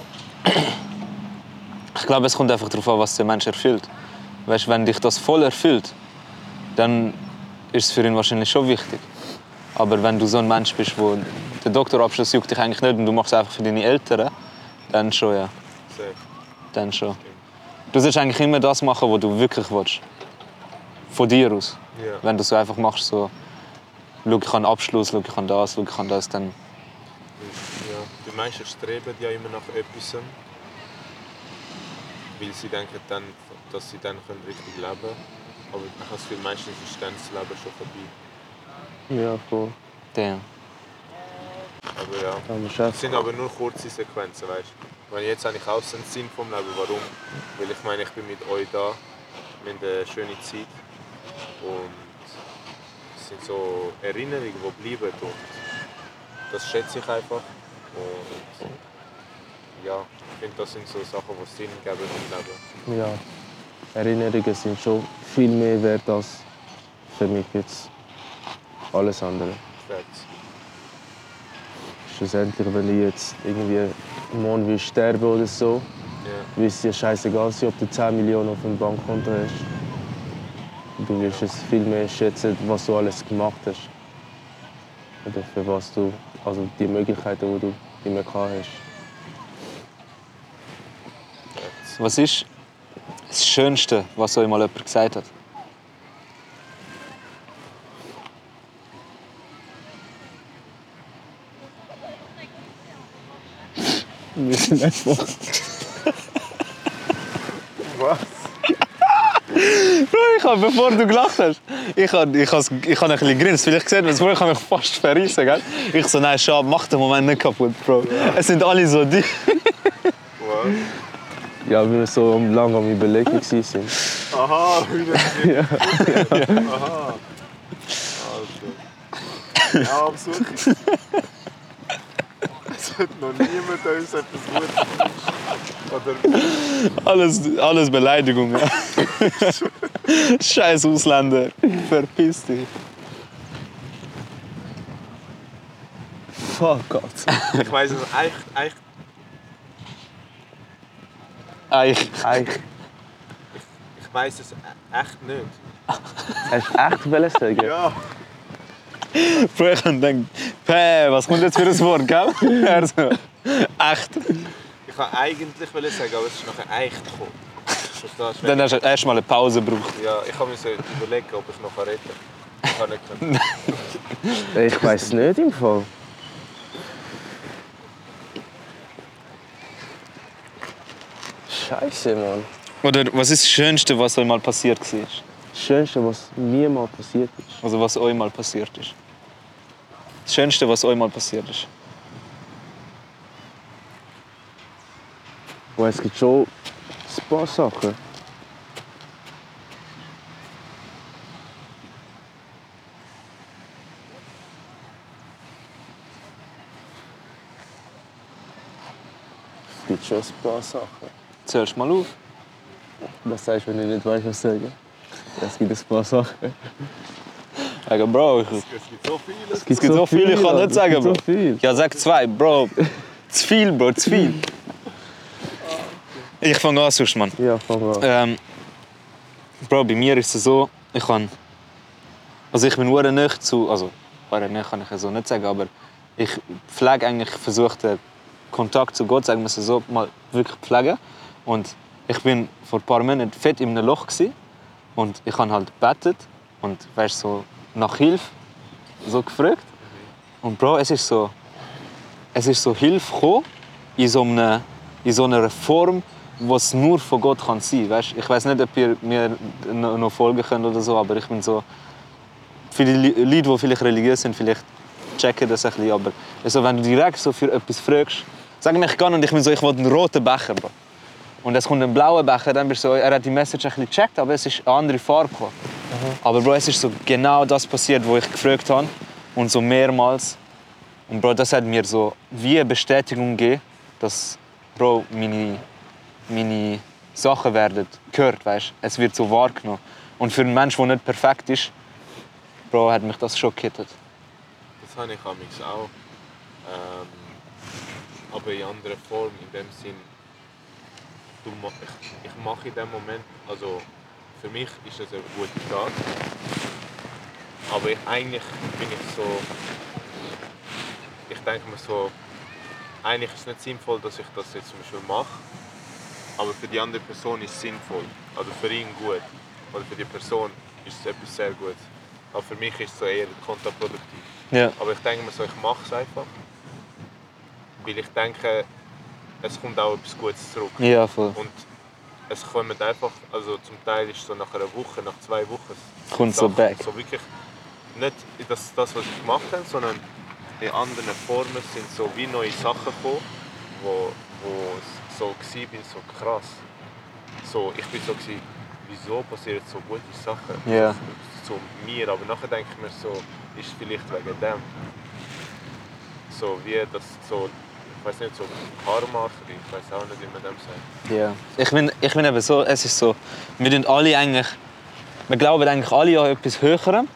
Ich glaube, es kommt einfach darauf an, was der Mensch erfüllt. Weißt, wenn dich das voll erfüllt, dann ist es für ihn wahrscheinlich schon wichtig. Aber wenn du so ein Mensch bist, wo der Doktorabschluss juckt dich eigentlich nicht und du machst es einfach für deine Eltern, dann schon ja, safe. dann schon. Du sollst eigentlich immer das machen, was du wirklich willst. Von dir aus. Ja. Wenn du so einfach machst, so, schau, ich kann Abschluss, schau, ich kann das, schau, ich kann das, dann Ja. Die meisten streben ja immer nach etwas, weil sie denken, dann, dass sie dann können richtig leben können. Aber ich habe das Gefühl, meistens ist dann das Leben schon vorbei. Ja, voll. damn. Aber ja. Aber Es Chef. sind aber nur kurze Sequenzen, weißt du. Weil jetzt habe ich auch so einen Sinn vom Leben. Warum? Weil ich meine, ich bin mit euch da. Wir haben eine schöne Zeit. Und es sind so Erinnerungen, die bleiben. Und das schätze ich einfach. Und ja, ich finde, das sind so Sachen, die Sinn geben im Leben. Ja. Erinnerungen sind schon viel mehr wert als für mich jetzt alles andere. Facts. Schlussendlich, wenn ich jetzt irgendwie morgen will sterben oder so, Ja, weil es dir scheißegal ist, ob du 10 Millionen auf dem Bankkonto hast. Du wirst es viel mehr schätzen, was du alles gemacht hast. Oder für was du, also die Möglichkeiten, die du immer gehabt hast. Was ist das Schönste, was euch mal jemand gesagt hat? Wir sind einfach. Was? Bro, ich habe, bevor du gelacht hast, ich habe ich has- ich hab ein bisschen gegrinst, weil ich gesehen habe, ich hab mich fast verrissen gell? Ich so, nein, Schab, mach den Moment nicht kaputt, Bro. Es sind alle so die. Was? Ja, weil wir so lange am Überlegen waren. Aha, wie das geht. Aha. Also. Ja, absurd. Es hat noch niemand uns etwas Gutes gewünscht. Oder Alles, alles Beleidigungen. Scheiß Ausländer, verpiss dich. Fuck Gott. ich weiss es echt, echt. Eich. Echt? Ich weiss es e- echt nicht. Hast du echt wollen sagen? Ja. Bro, ich habe gedacht, Pä, was kommt jetzt für ein Wort, gell? Also, Er so, echt. Ich wollte eigentlich wollen sagen, aber es ist nachher echt gekommen. Verstehst du? Dann hast du erstmal eine Pause gebraucht. Ja, ich musste überlegen, ob ich noch retten kann. Ich kann nicht können. Ich weiß nicht im Fall. Scheiße, Mann. Oder was ist das Schönste, was euch mal passiert war? Das Schönste, was mir mal passiert ist. Also was euch mal passiert ist. Das Schönste, was euch mal passiert ist. Weil es gibt schon ein paar Sachen. Es gibt schon ein paar Sachen. Zählst mal auf. Was sagst du, wenn ich nicht weiß, was sagen? Es gibt ein paar Sachen. Sag, Bro, ich, Es gibt so viele. es gibt so viel, ich kann Alter. nicht sagen, Es gibt Bro. So viel. Ja, sag zwei, Bro. zu viel, Bro, zu viel. Ich fange an, sonst, Mann. Ja, fang an. Ähm, Bro, bei mir ist es so, ich kann. Also ich bin nur nicht zu. Also, hure nicht kann ich ja so nicht sagen, aber ich pflege eigentlich versucht, den Kontakt zu Gott, sagen wir es so, mal wirklich pflegen. Und ich bin vor ein paar Monaten fett in einem Loch gewesen, und ich habe halt gebetet und weißt so nach Hilfe so gefragt. Und Bro, es ist so, es ist so Hilfe gekommen, in so einer, in so einer Form, was nur von Gott kann sein. Weißt? Ich weiß nicht, ob ihr mir noch noch folgen könnt oder so, aber ich bin so für die Le- Leute, die vielleicht religiös sind, vielleicht checken das ein bisschen, aber also, wenn du direkt so für etwas fragst, sag mir, ich kann und ich bin so, ich will einen roten Becher, Bro. Und es kommt ein blauer Becher, dann bist du so, er hat die Message ein bisschen gecheckt, aber es ist eine andere Farbe gekommen. Aber Bro, es ist so genau das passiert, was ich gefragt habe und so mehrmals. Und Bro, das hat mir so wie eine Bestätigung gegeben, dass Bro, meine, meine Sachen werden gehört, weißt? Es wird so wahrgenommen. Und für einen Menschen, der nicht perfekt ist, Bro, hat mich das schockiert. Das habe ich amigs auch. Ähm, aber in anderer Form, in dem Sinn, du, ma- ich, ich mache in dem Moment, also für mich ist das ein guter Tag. Aber ich, eigentlich bin ich so, ich denke mir so, eigentlich ist es nicht sinnvoll, dass ich das jetzt zum Beispiel mache. Aber für die andere Person ist es sinnvoll. Oder für ihn gut. Oder für die Person ist es etwas sehr gut. Aber für mich ist es so eher kontraproduktiv. Ja. Aber ich denke mir so, ich mache es einfach. Weil ich denke, es kommt auch etwas Gutes zurück. Ja, voll. Und es kommen einfach, also zum Teil ist so nach einer Woche, nach zwei Wochen. Kommt so Sachen, back. So wirklich nicht das, das, was ich gemacht habe, sondern in anderen Formen sind so wie neue Sachen gekommen, wo, wo es so war, bin so krass. So, ich bin so gewesen, wieso passieren so gute Sachen Ja. zu mir, aber nachher denke ich mir so, ist vielleicht wegen dem. So wie das so, ich weiß nicht, so Karma, ich weiß auch nicht, wie man dem sagt. Ja. Ich bin, ich bin eben so, es ist so, wir sind alle eigentlich, wir glauben eigentlich alle an etwas Höherem,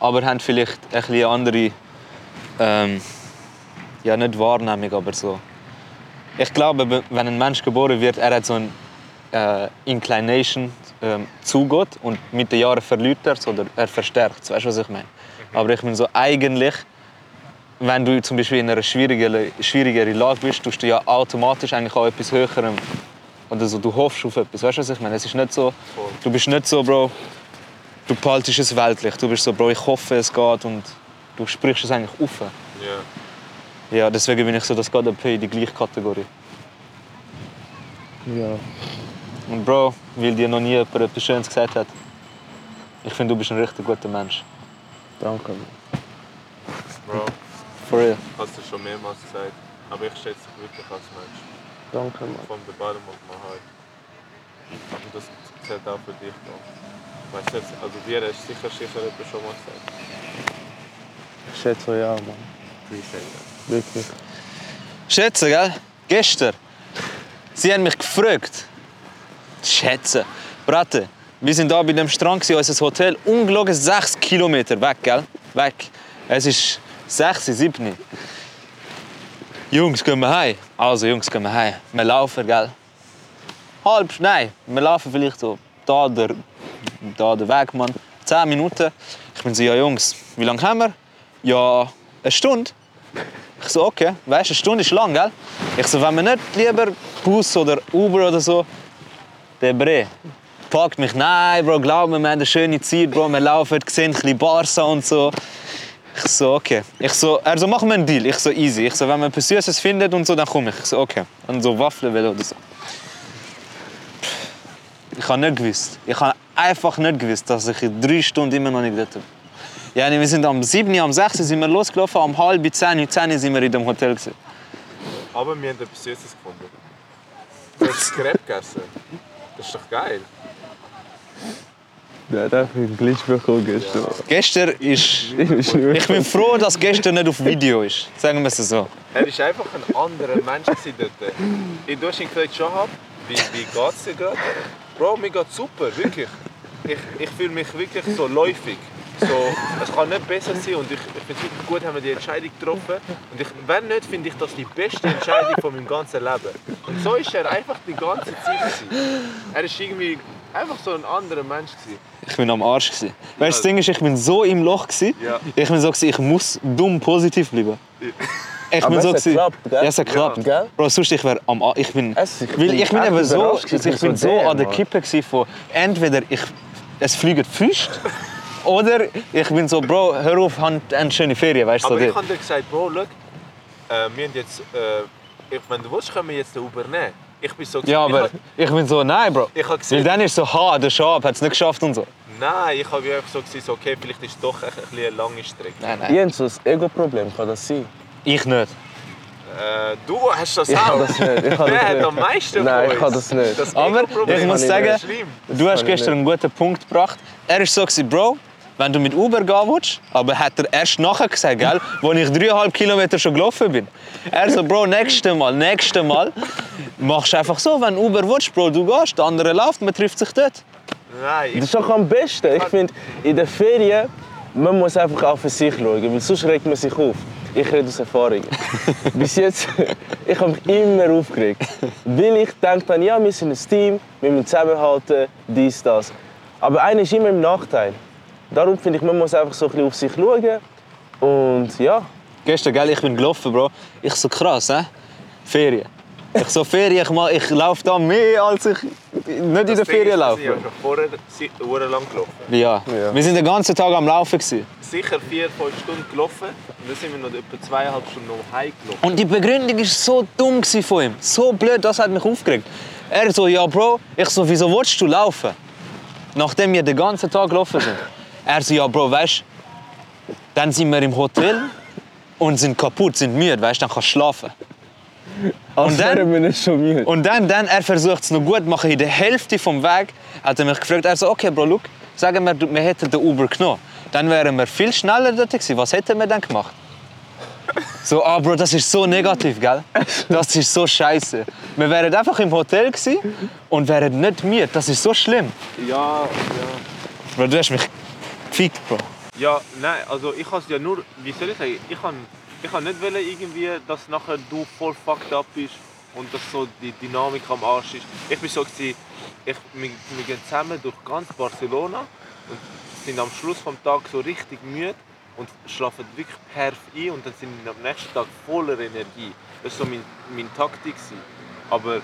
aber haben vielleicht ein bisschen eine andere, ähm, ja nicht Wahrnehmung, aber so. Ich glaube, be- wenn ein Mensch geboren wird, er hat so ein, äh, Inclination ähm, zugeht und mit den Jahren verliert er oder er verstärkt es. Weißt du, was ich meine? Aber ich meine so, eigentlich, wenn du zum Beispiel in einer schwierigeren, schwierigeren Lage bist, tust du ja automatisch eigentlich auch etwas Höherem. Oder so, du hoffst auf etwas. Weißt du, was ich meine? Es ist nicht so, Voll. du bist nicht so, Bro, du behaltest es weltlich. Du bist so, Bro, ich hoffe, es geht und du sprichst es eigentlich auf. Ja. Ja, deswegen bin ich so, das geht etwa in die gleiche Kategorie. Ja. Und Bro, weil dir noch nie jemand etwas Schönes gesagt hat, ich finde, du bist ein richtig guter Mensch. Danke. Mann. Bro, For real. hast du schon mehrmals gesagt. Aber ich schätze dich wirklich als Mensch. Danke, Mann. From the bottom of my heart. Und das zählt auch für dich noch. Weißt du, jetzt, also dir hast sicher, sicher etwas schon mal gesagt. Ich schätze ja, Mann. Appreciate that. Wirklich. Schätze, gell? Gestern. Sie haben mich gefragt. Schätze. Bratte, wir sind da bei dem Strand, gewesen, unser Hotel, ungelogen 6 Kilometer weg, gell? Weg. Es ist 6, 7. Jungs, gehen wir heim. Also, Jungs, gehen wir heim. Wir laufen, gell? Halb, nein, wir laufen vielleicht so da der, da der Weg, Mann. 10 Minuten. Ich bin so, ja, Jungs, wie lange haben wir? Ja, eine Stunde. Ich so, okay, weißt du, eine Stunde ist lang, gell? Ich so, wenn wir nicht lieber Bus oder Uber oder so, der Bre packt mich, nein, Bro, glaub mir, wir haben eine schöne Zeit, Bro, wir laufen, sehen ein bisschen Barca und so. Ich so, okay. Ich so, er so, machen wir einen Deal. Ich so, easy. Ich so, wenn man etwas Süßes findet und so, dann komme ich. Ich so, okay. Und so Waffeln will oder so. Ich habe nicht gewusst. Ich habe einfach nicht gewusst, dass ich in drei Stunden immer noch nicht dort bin. Ja, nee, wir sind am 7, am 6 sind wir losgelaufen, am halb 10, 10 sind wir in dem Hotel. Gewesen. Aber wir haben etwas Süßes gefunden. Du hast Crepe gegessen. Das ist doch geil. Der hat einfach einen Glitch bekommen gestern. Gestern ist... Ich bin froh, dass gestern nicht auf Video ist. Sagen wir es so. Er ist einfach ein anderer Mensch gewesen dort. Ich du hast ihn gesagt, schon hab, wie, wie geht's dir gerade? Bro, mir geht's super, wirklich. Ich, ich fühle mich wirklich so läufig. So, es kann nicht besser sein und ich, ich finde es wirklich gut, haben wir die Entscheidung getroffen. Und ich, wenn nicht, finde ich das die beste Entscheidung von meinem ganzen Leben. Und so ist er einfach die ganze Zeit. Gewesen. Er ist irgendwie einfach so ein anderer Mensch. Gewesen. Ich bin am Arsch. Gewesen. Weißt du, das Ding ist, ich bin so im Loch. Gewesen, Ja. Ich bin so, gewesen, ich muss dumm positiv bleiben. Ich Aber bin es so hat gewesen- geklappt, gell? Ja, es hat geklappt. Gell? Bro, sonst ich wäre am Arsch. Ich bin, Es- ich weil bin ich bin echt eben so, überrascht gewesen, ich bin so so der, an der Mann. Kippe gewesen von entweder ich, es fliegen Füße oder ich bin so, Bro, hör auf, hab eine schöne Ferien, weißt du? Aber so ich dort. habe dir gesagt, Bro, look, äh, wir haben jetzt, äh, ich, wenn du willst, können wir jetzt den Uber nehmen. Ich bin so Ja, ich aber hab- ich bin so, nein, Bro. Ich hab Weil gesehen, dann ist so, ha, der Schab hat es nicht geschafft und so. nein, ich habe einfach so gesagt, okay, vielleicht ist es doch ein bisschen eine lange Strecke. Nein, nein. Ihr habt so ein Ego-Problem, kann das sein? Ich nicht. Äh, du hast das Ich auch. kann das nicht. Ich kann Wer das hat nicht. am meisten von Nein, ich uns? kann das nicht. Das Aber Ego-Problem ich muss ist sagen- schlimm. Du hast kann ich gestern einen guten Punkt gebracht. Er war so, gewesen, Bro, wenn du mit Uber gehen willst, aber hat er erst nachher gesagt, gell, wo ich dreieinhalb Kilometer schon gelaufen bin. Er so, Bro, nächstes Mal, nächstes Mal machst du einfach so, wenn du Uber willst, Bro, du gehst, der andere läuft, man trifft sich dort. Nein, Das ich, ist doch am besten. Ich finde, in den Ferien man muss einfach auch für sich schauen, weil sonst regt man sich auf. Ich rede aus Erfahrung. Bis dus jetzt, ich habe mich immer aufgeregt, weil ich gedacht habe, ja, wir sind ein Team, wir müssen zusammenhalten, dies, das. Aber einer ist immer im Nachteil. Darum finde ich, man muss einfach so ein bisschen auf sich schauen und ja, Gestern, gell, ich bin gelaufen, Bro. Ich so krass, hä? Ferien. Ich so Ferien, ich, mach- ich laufe da mehr als ich nicht in der das Ding ist, Ferien Wir laufe. sind einfach vorher si- Uhren lang gelaufen. Ja. Ja. Wir sind den ganzen Tag am Laufen. Gewesen. Sicher vier, fünf Stunden gelaufen und dann sind wir noch etwa zweieinhalb Stunden noch heimgelaufen. Und die Begründung war so dumm gewesen von ihm. So blöd, das hat mich aufgeregt. Er so, ja Bro, ich so, wieso willst du laufen? Nachdem wir den ganzen Tag gelaufen sind. Er so, ja Bro, weißt dann sind wir im Hotel und sind kaputt, sind müde, weißt dann kannst du schlafen. als dann- wären wir nicht schon müde. Und dann, dann er versucht es noch gut zu machen. In der Hälfte vom Weg hat er mich gefragt, er so, okay, Bro, look, sagen wir, du- wir hätten den Uber genommen. Dann wären wir viel schneller dort gewesen. Was hätten wir dann gemacht? So, ah, Bro, das ist so negativ, gell? Das ist so scheiße. Wir wären einfach im Hotel gewesen und wären nicht müde. Das ist so schlimm. Ja, ja. Bro, du hast mich gefickt, Bro. Ja, nein, also ich has ja nur, wie soll ich sagen, ich kann ich han nicht wollen irgendwie, dass nachher du voll fucked up bist und dass so die Dynamik am Arsch ist. Ich bin so, gewesen, ich, wir, wir gehen zusammen durch ganz Barcelona und sind am Schluss vom Tag so richtig müde und schlafen wirklich perf ein und dann sind wir am nächsten Tag voller Energie. Das war so mein, meine Taktik. gewesen. Aber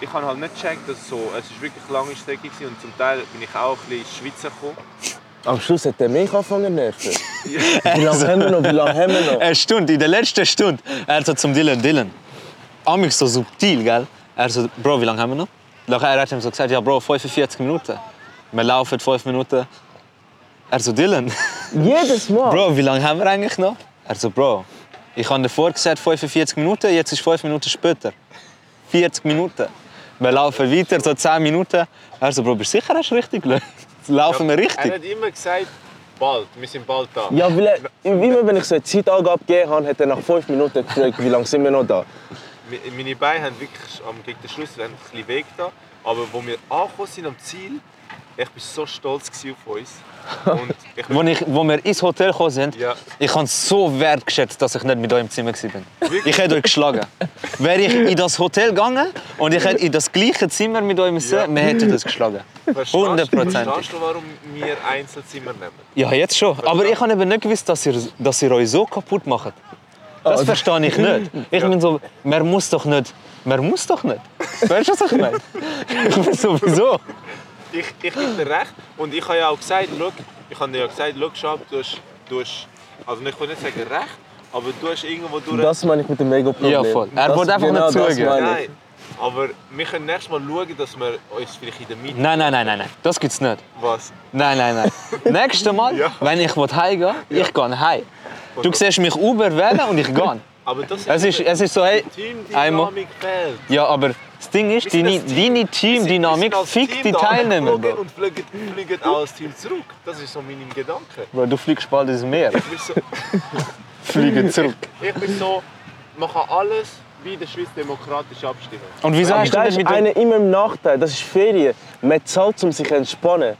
ich habe halt nicht gecheckt, dass so, es ist wirklich lange Strecke war und zum Teil bin ich auch ein bisschen in die Schweiz gekommen. Am Schluss hat er mich angefangen nerven. Wie lange haben wir noch? Wie lange haben wir noch? Eine Stunde, Äh, in der letzten Stunde. Er so zum Dylan, Dylan. Amig so subtil, gell? Er so, Bro, wie lange haben wir noch? Nachher hat er ihm so gesagt, ja, Bro, 45 Minuten. Wir laufen 5 Minuten. Er so, Dylan, Jedes Mal. Bro, wie lange haben wir eigentlich noch? Er so, Bro, ich habe davor gesagt 45 Minuten, jetzt ist 5 Minuten später. 40 Minuten. Wir laufen weiter, so 10 Minuten. Er so, Bro, bist du sicher, hast du richtig gelaufen? Jetzt laufen wir Er richtig. hat immer gesagt, bald, wir sind bald da. Ja, weil er, immer wenn ich so eine Zeitangabe gegeben habe, hat er nach fünf Minuten gefragt, wie lange sind wir noch da. Mi- Meine Beine haben wirklich am, gegen den Schluss haben ein bisschen Weg da. Aber als wir angekommen sind am Ziel, ich war so stolz gewesen auf uns. Und ich bin Als, ich, wo wir ins Hotel gekommen sind, Ja. ich habe es so wertgeschätzt, dass ich nicht mit euch im Zimmer war. Wirklich? Ich hätte euch geschlagen. Wäre ich in das Hotel gegangen und ich hätte in das gleiche Zimmer mit euch müssen, Ja. wir hätten das geschlagen. Hundertprozentig. Verstehst du, warum wir Einzelzimmer nehmen? Ja, jetzt schon. Aber ich habe eben nicht gewusst, dass ihr, dass ihr euch so kaputt macht. Das verstehe ich nicht. Ich bin so, man muss doch nicht. Man muss doch nicht. Weißt du, was ich meine? Ich bin sowieso. Ich, ich gebe dir recht. Und ich habe ja auch gesagt, schau, ich habe dir ja gesagt, schau, Schab, du hast, du hast, also ich kann nicht sagen recht, aber du hast irgendwo durch... Das meine ich mit dem Mega-Problem. Ja, voll. Er Das- wollte einfach genau nicht das zugeben. meine ich. Nein, aber wir können nächstes Mal schauen, dass wir uns vielleicht in der Mitte... Nein, nein, nein, nein, nein. Das gibt's nicht. Was? Nein, nein, nein. Nächstes Mal, Ja. wenn ich heimgehen will, ich gehe heim. Du siehst mich Uber wählen und ich gehe. Aber das ist... Es ist, es ist so, hey, einmal. Teamdynamik fehlt. Ja, aber das Ding ist, sind deine, das Team. deine Teamdynamik fickt die Teilnehmer. Bro. Und fliegen, fliegen alles Team zurück. Das ist so mein Gedanke. Bro, du fliegst bald ins Meer. Ich bin so, Fliegen zurück. ich bin so man kann alles wie in der Schweiz demokratisch abstimmen. Und wieso Aber hast du da nicht ist mit dem... einer immer im Nachteil. Das ist Ferien. Man zahlt, um sich zu entspannen.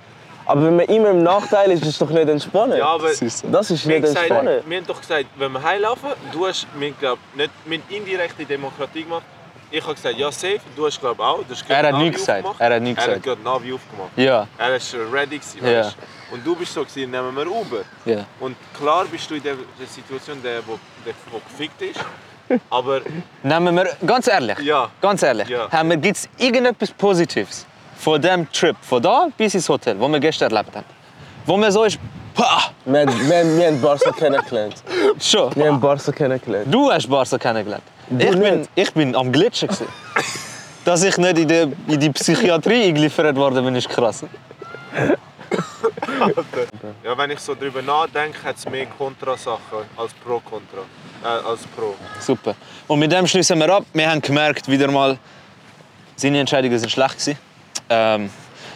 Aber wenn man immer im Nachteil ist, ist es doch nicht entspannen. Ja, aber Das ist so. Das ist wir, nicht haben gesagt, entspannen. wir haben doch gesagt, wenn wir heimlaufen, du hast, wir, haben, glaub, nicht, wir haben indirekte Demokratie gemacht. Ich habe gesagt, ja, safe. Du hast, glaube auch. Du hast gerade Er hat Navi nichts gesagt. aufgemacht. Er hat nichts Er hat gesagt. gerade Navi aufgemacht. Ja, Er war schon ready. Gewesen, Ja. weißt du? Und du bist so, gewesen, nehmen wir Uber. ja. Und klar bist du in der der Situation, der, wo, der, wo gefickt ist. Aber Nehmen wir, ganz ehrlich, Ja. ganz ehrlich, Ja. haben wir, gibt's irgendetwas Positives von dem Trip, von da bis ins Hotel, wo wir gestern erlebt haben? Wo man so ist, pah, Wir, haben- wir, haben- wir haben Barca kennengelernt. schon. Wir haben Barca kennengelernt. Du hast Barca kennengelernt. Ich bin, nicht. ich bin am Glitschen. gewesen. Dass ich nicht in die, in die Psychiatrie eingeliefert worden bin, ist krass. Ja, wenn ich so drüber nachdenke, hat es mehr Kontrasachen als Pro-Kontra. Äh, als Pro. Super. Und mit dem schließen wir ab. Wir haben gemerkt, wieder mal, seine Entscheidungen sind schlecht gewesen. Ähm,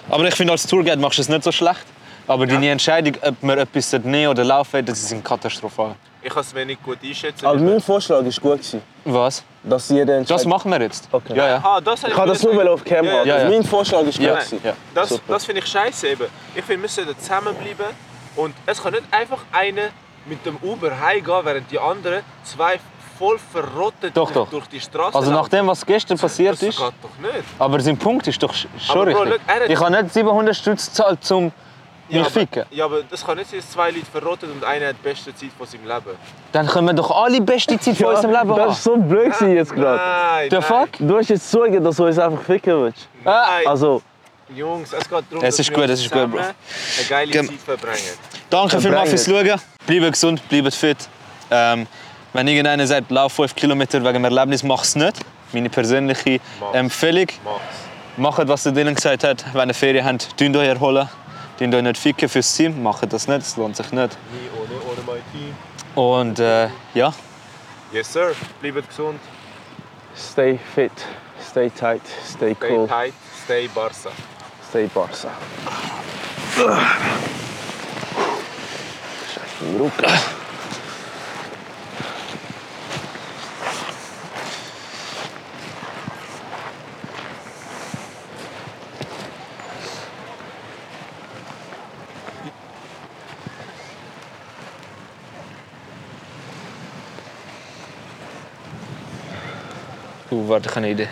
aber ich finde, als Tourguide machst du es nicht so schlecht. Aber deine Entscheidung, ob wir etwas nehmen oder laufen, wollen, das ist katastrophal. Ich kann es wenig gut einschätzen. Aber mein Vorschlag war gut. gewesen, Was? Dass jeder Das entscheidet. machen wir jetzt. Okay. Ja, ja. ah, das ich kann das nur weil auf Cam Ja, haben. ja, ja. Mein Vorschlag war gut. Ja, gewesen. ja. Das, Super. das finde ich scheiße eben. Ich finde, wir sollten zusammenbleiben. Und es kann nicht einfach einer mit dem Uber heimgehen, während die anderen zwei voll verrottet Doch, doch. durch die Straße Also nach dem, was gestern passiert das ist, geht doch nicht. aber sein Punkt ist doch sch- schon Aber Bro, richtig. look, er hat- Ich habe nicht 700 Stutz gezahlt, um mich aber- zu ficken. ja, aber das kann nicht sein, dass zwei Leute verrottet und einer hat die beste Zeit von seinem Leben. Dann können wir doch alle beste Zeit von unserem Leben Das haben. ist so blöd gewesen jetzt gerade. Nein, The nein, fuck? Ah. Du hast jetzt zugegeben, dass du uns einfach ficken willst. Nein. Also, Jungs, es geht darum, Es ist wir gut, uns es ist gut, Bro. zusammen Eine geile Gem- Zeit verbringen. Danke vielmals fürs Verbreitet. Schauen. Bleibt gesund, bleibt fit. Ähm, wenn irgendeiner sagt, lauf 5 Kilometer wegen dem Erlebnis, mach es nicht. Meine persönliche Mach's. Empfehlung. Mach's. Macht, was der Dylan gesagt hat. Wenn ihr Ferien habt, dünnt euch erholen. Dünnt euch nicht ficken fürs Team. Macht das nicht, es lohnt sich nicht. Nie ohne, ohne mein Team. Und äh, ja, Yes, sir. Bleibt gesund. stay fit, stay tight, stay Stay cool, tight. Stay Barca. stay Barca. Scheiße, im Rücken. Uh, warte, ich habe eine Idee.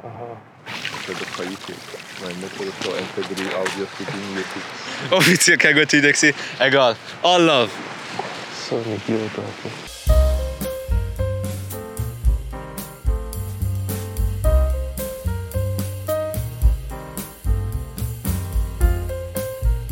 Oder kein YouTube. Nein, nicht oder so MP3-Audio für dein YouTube. Offiziell keine gute Idee. gewesen. Egal. All love. So ein Idiot, Alter.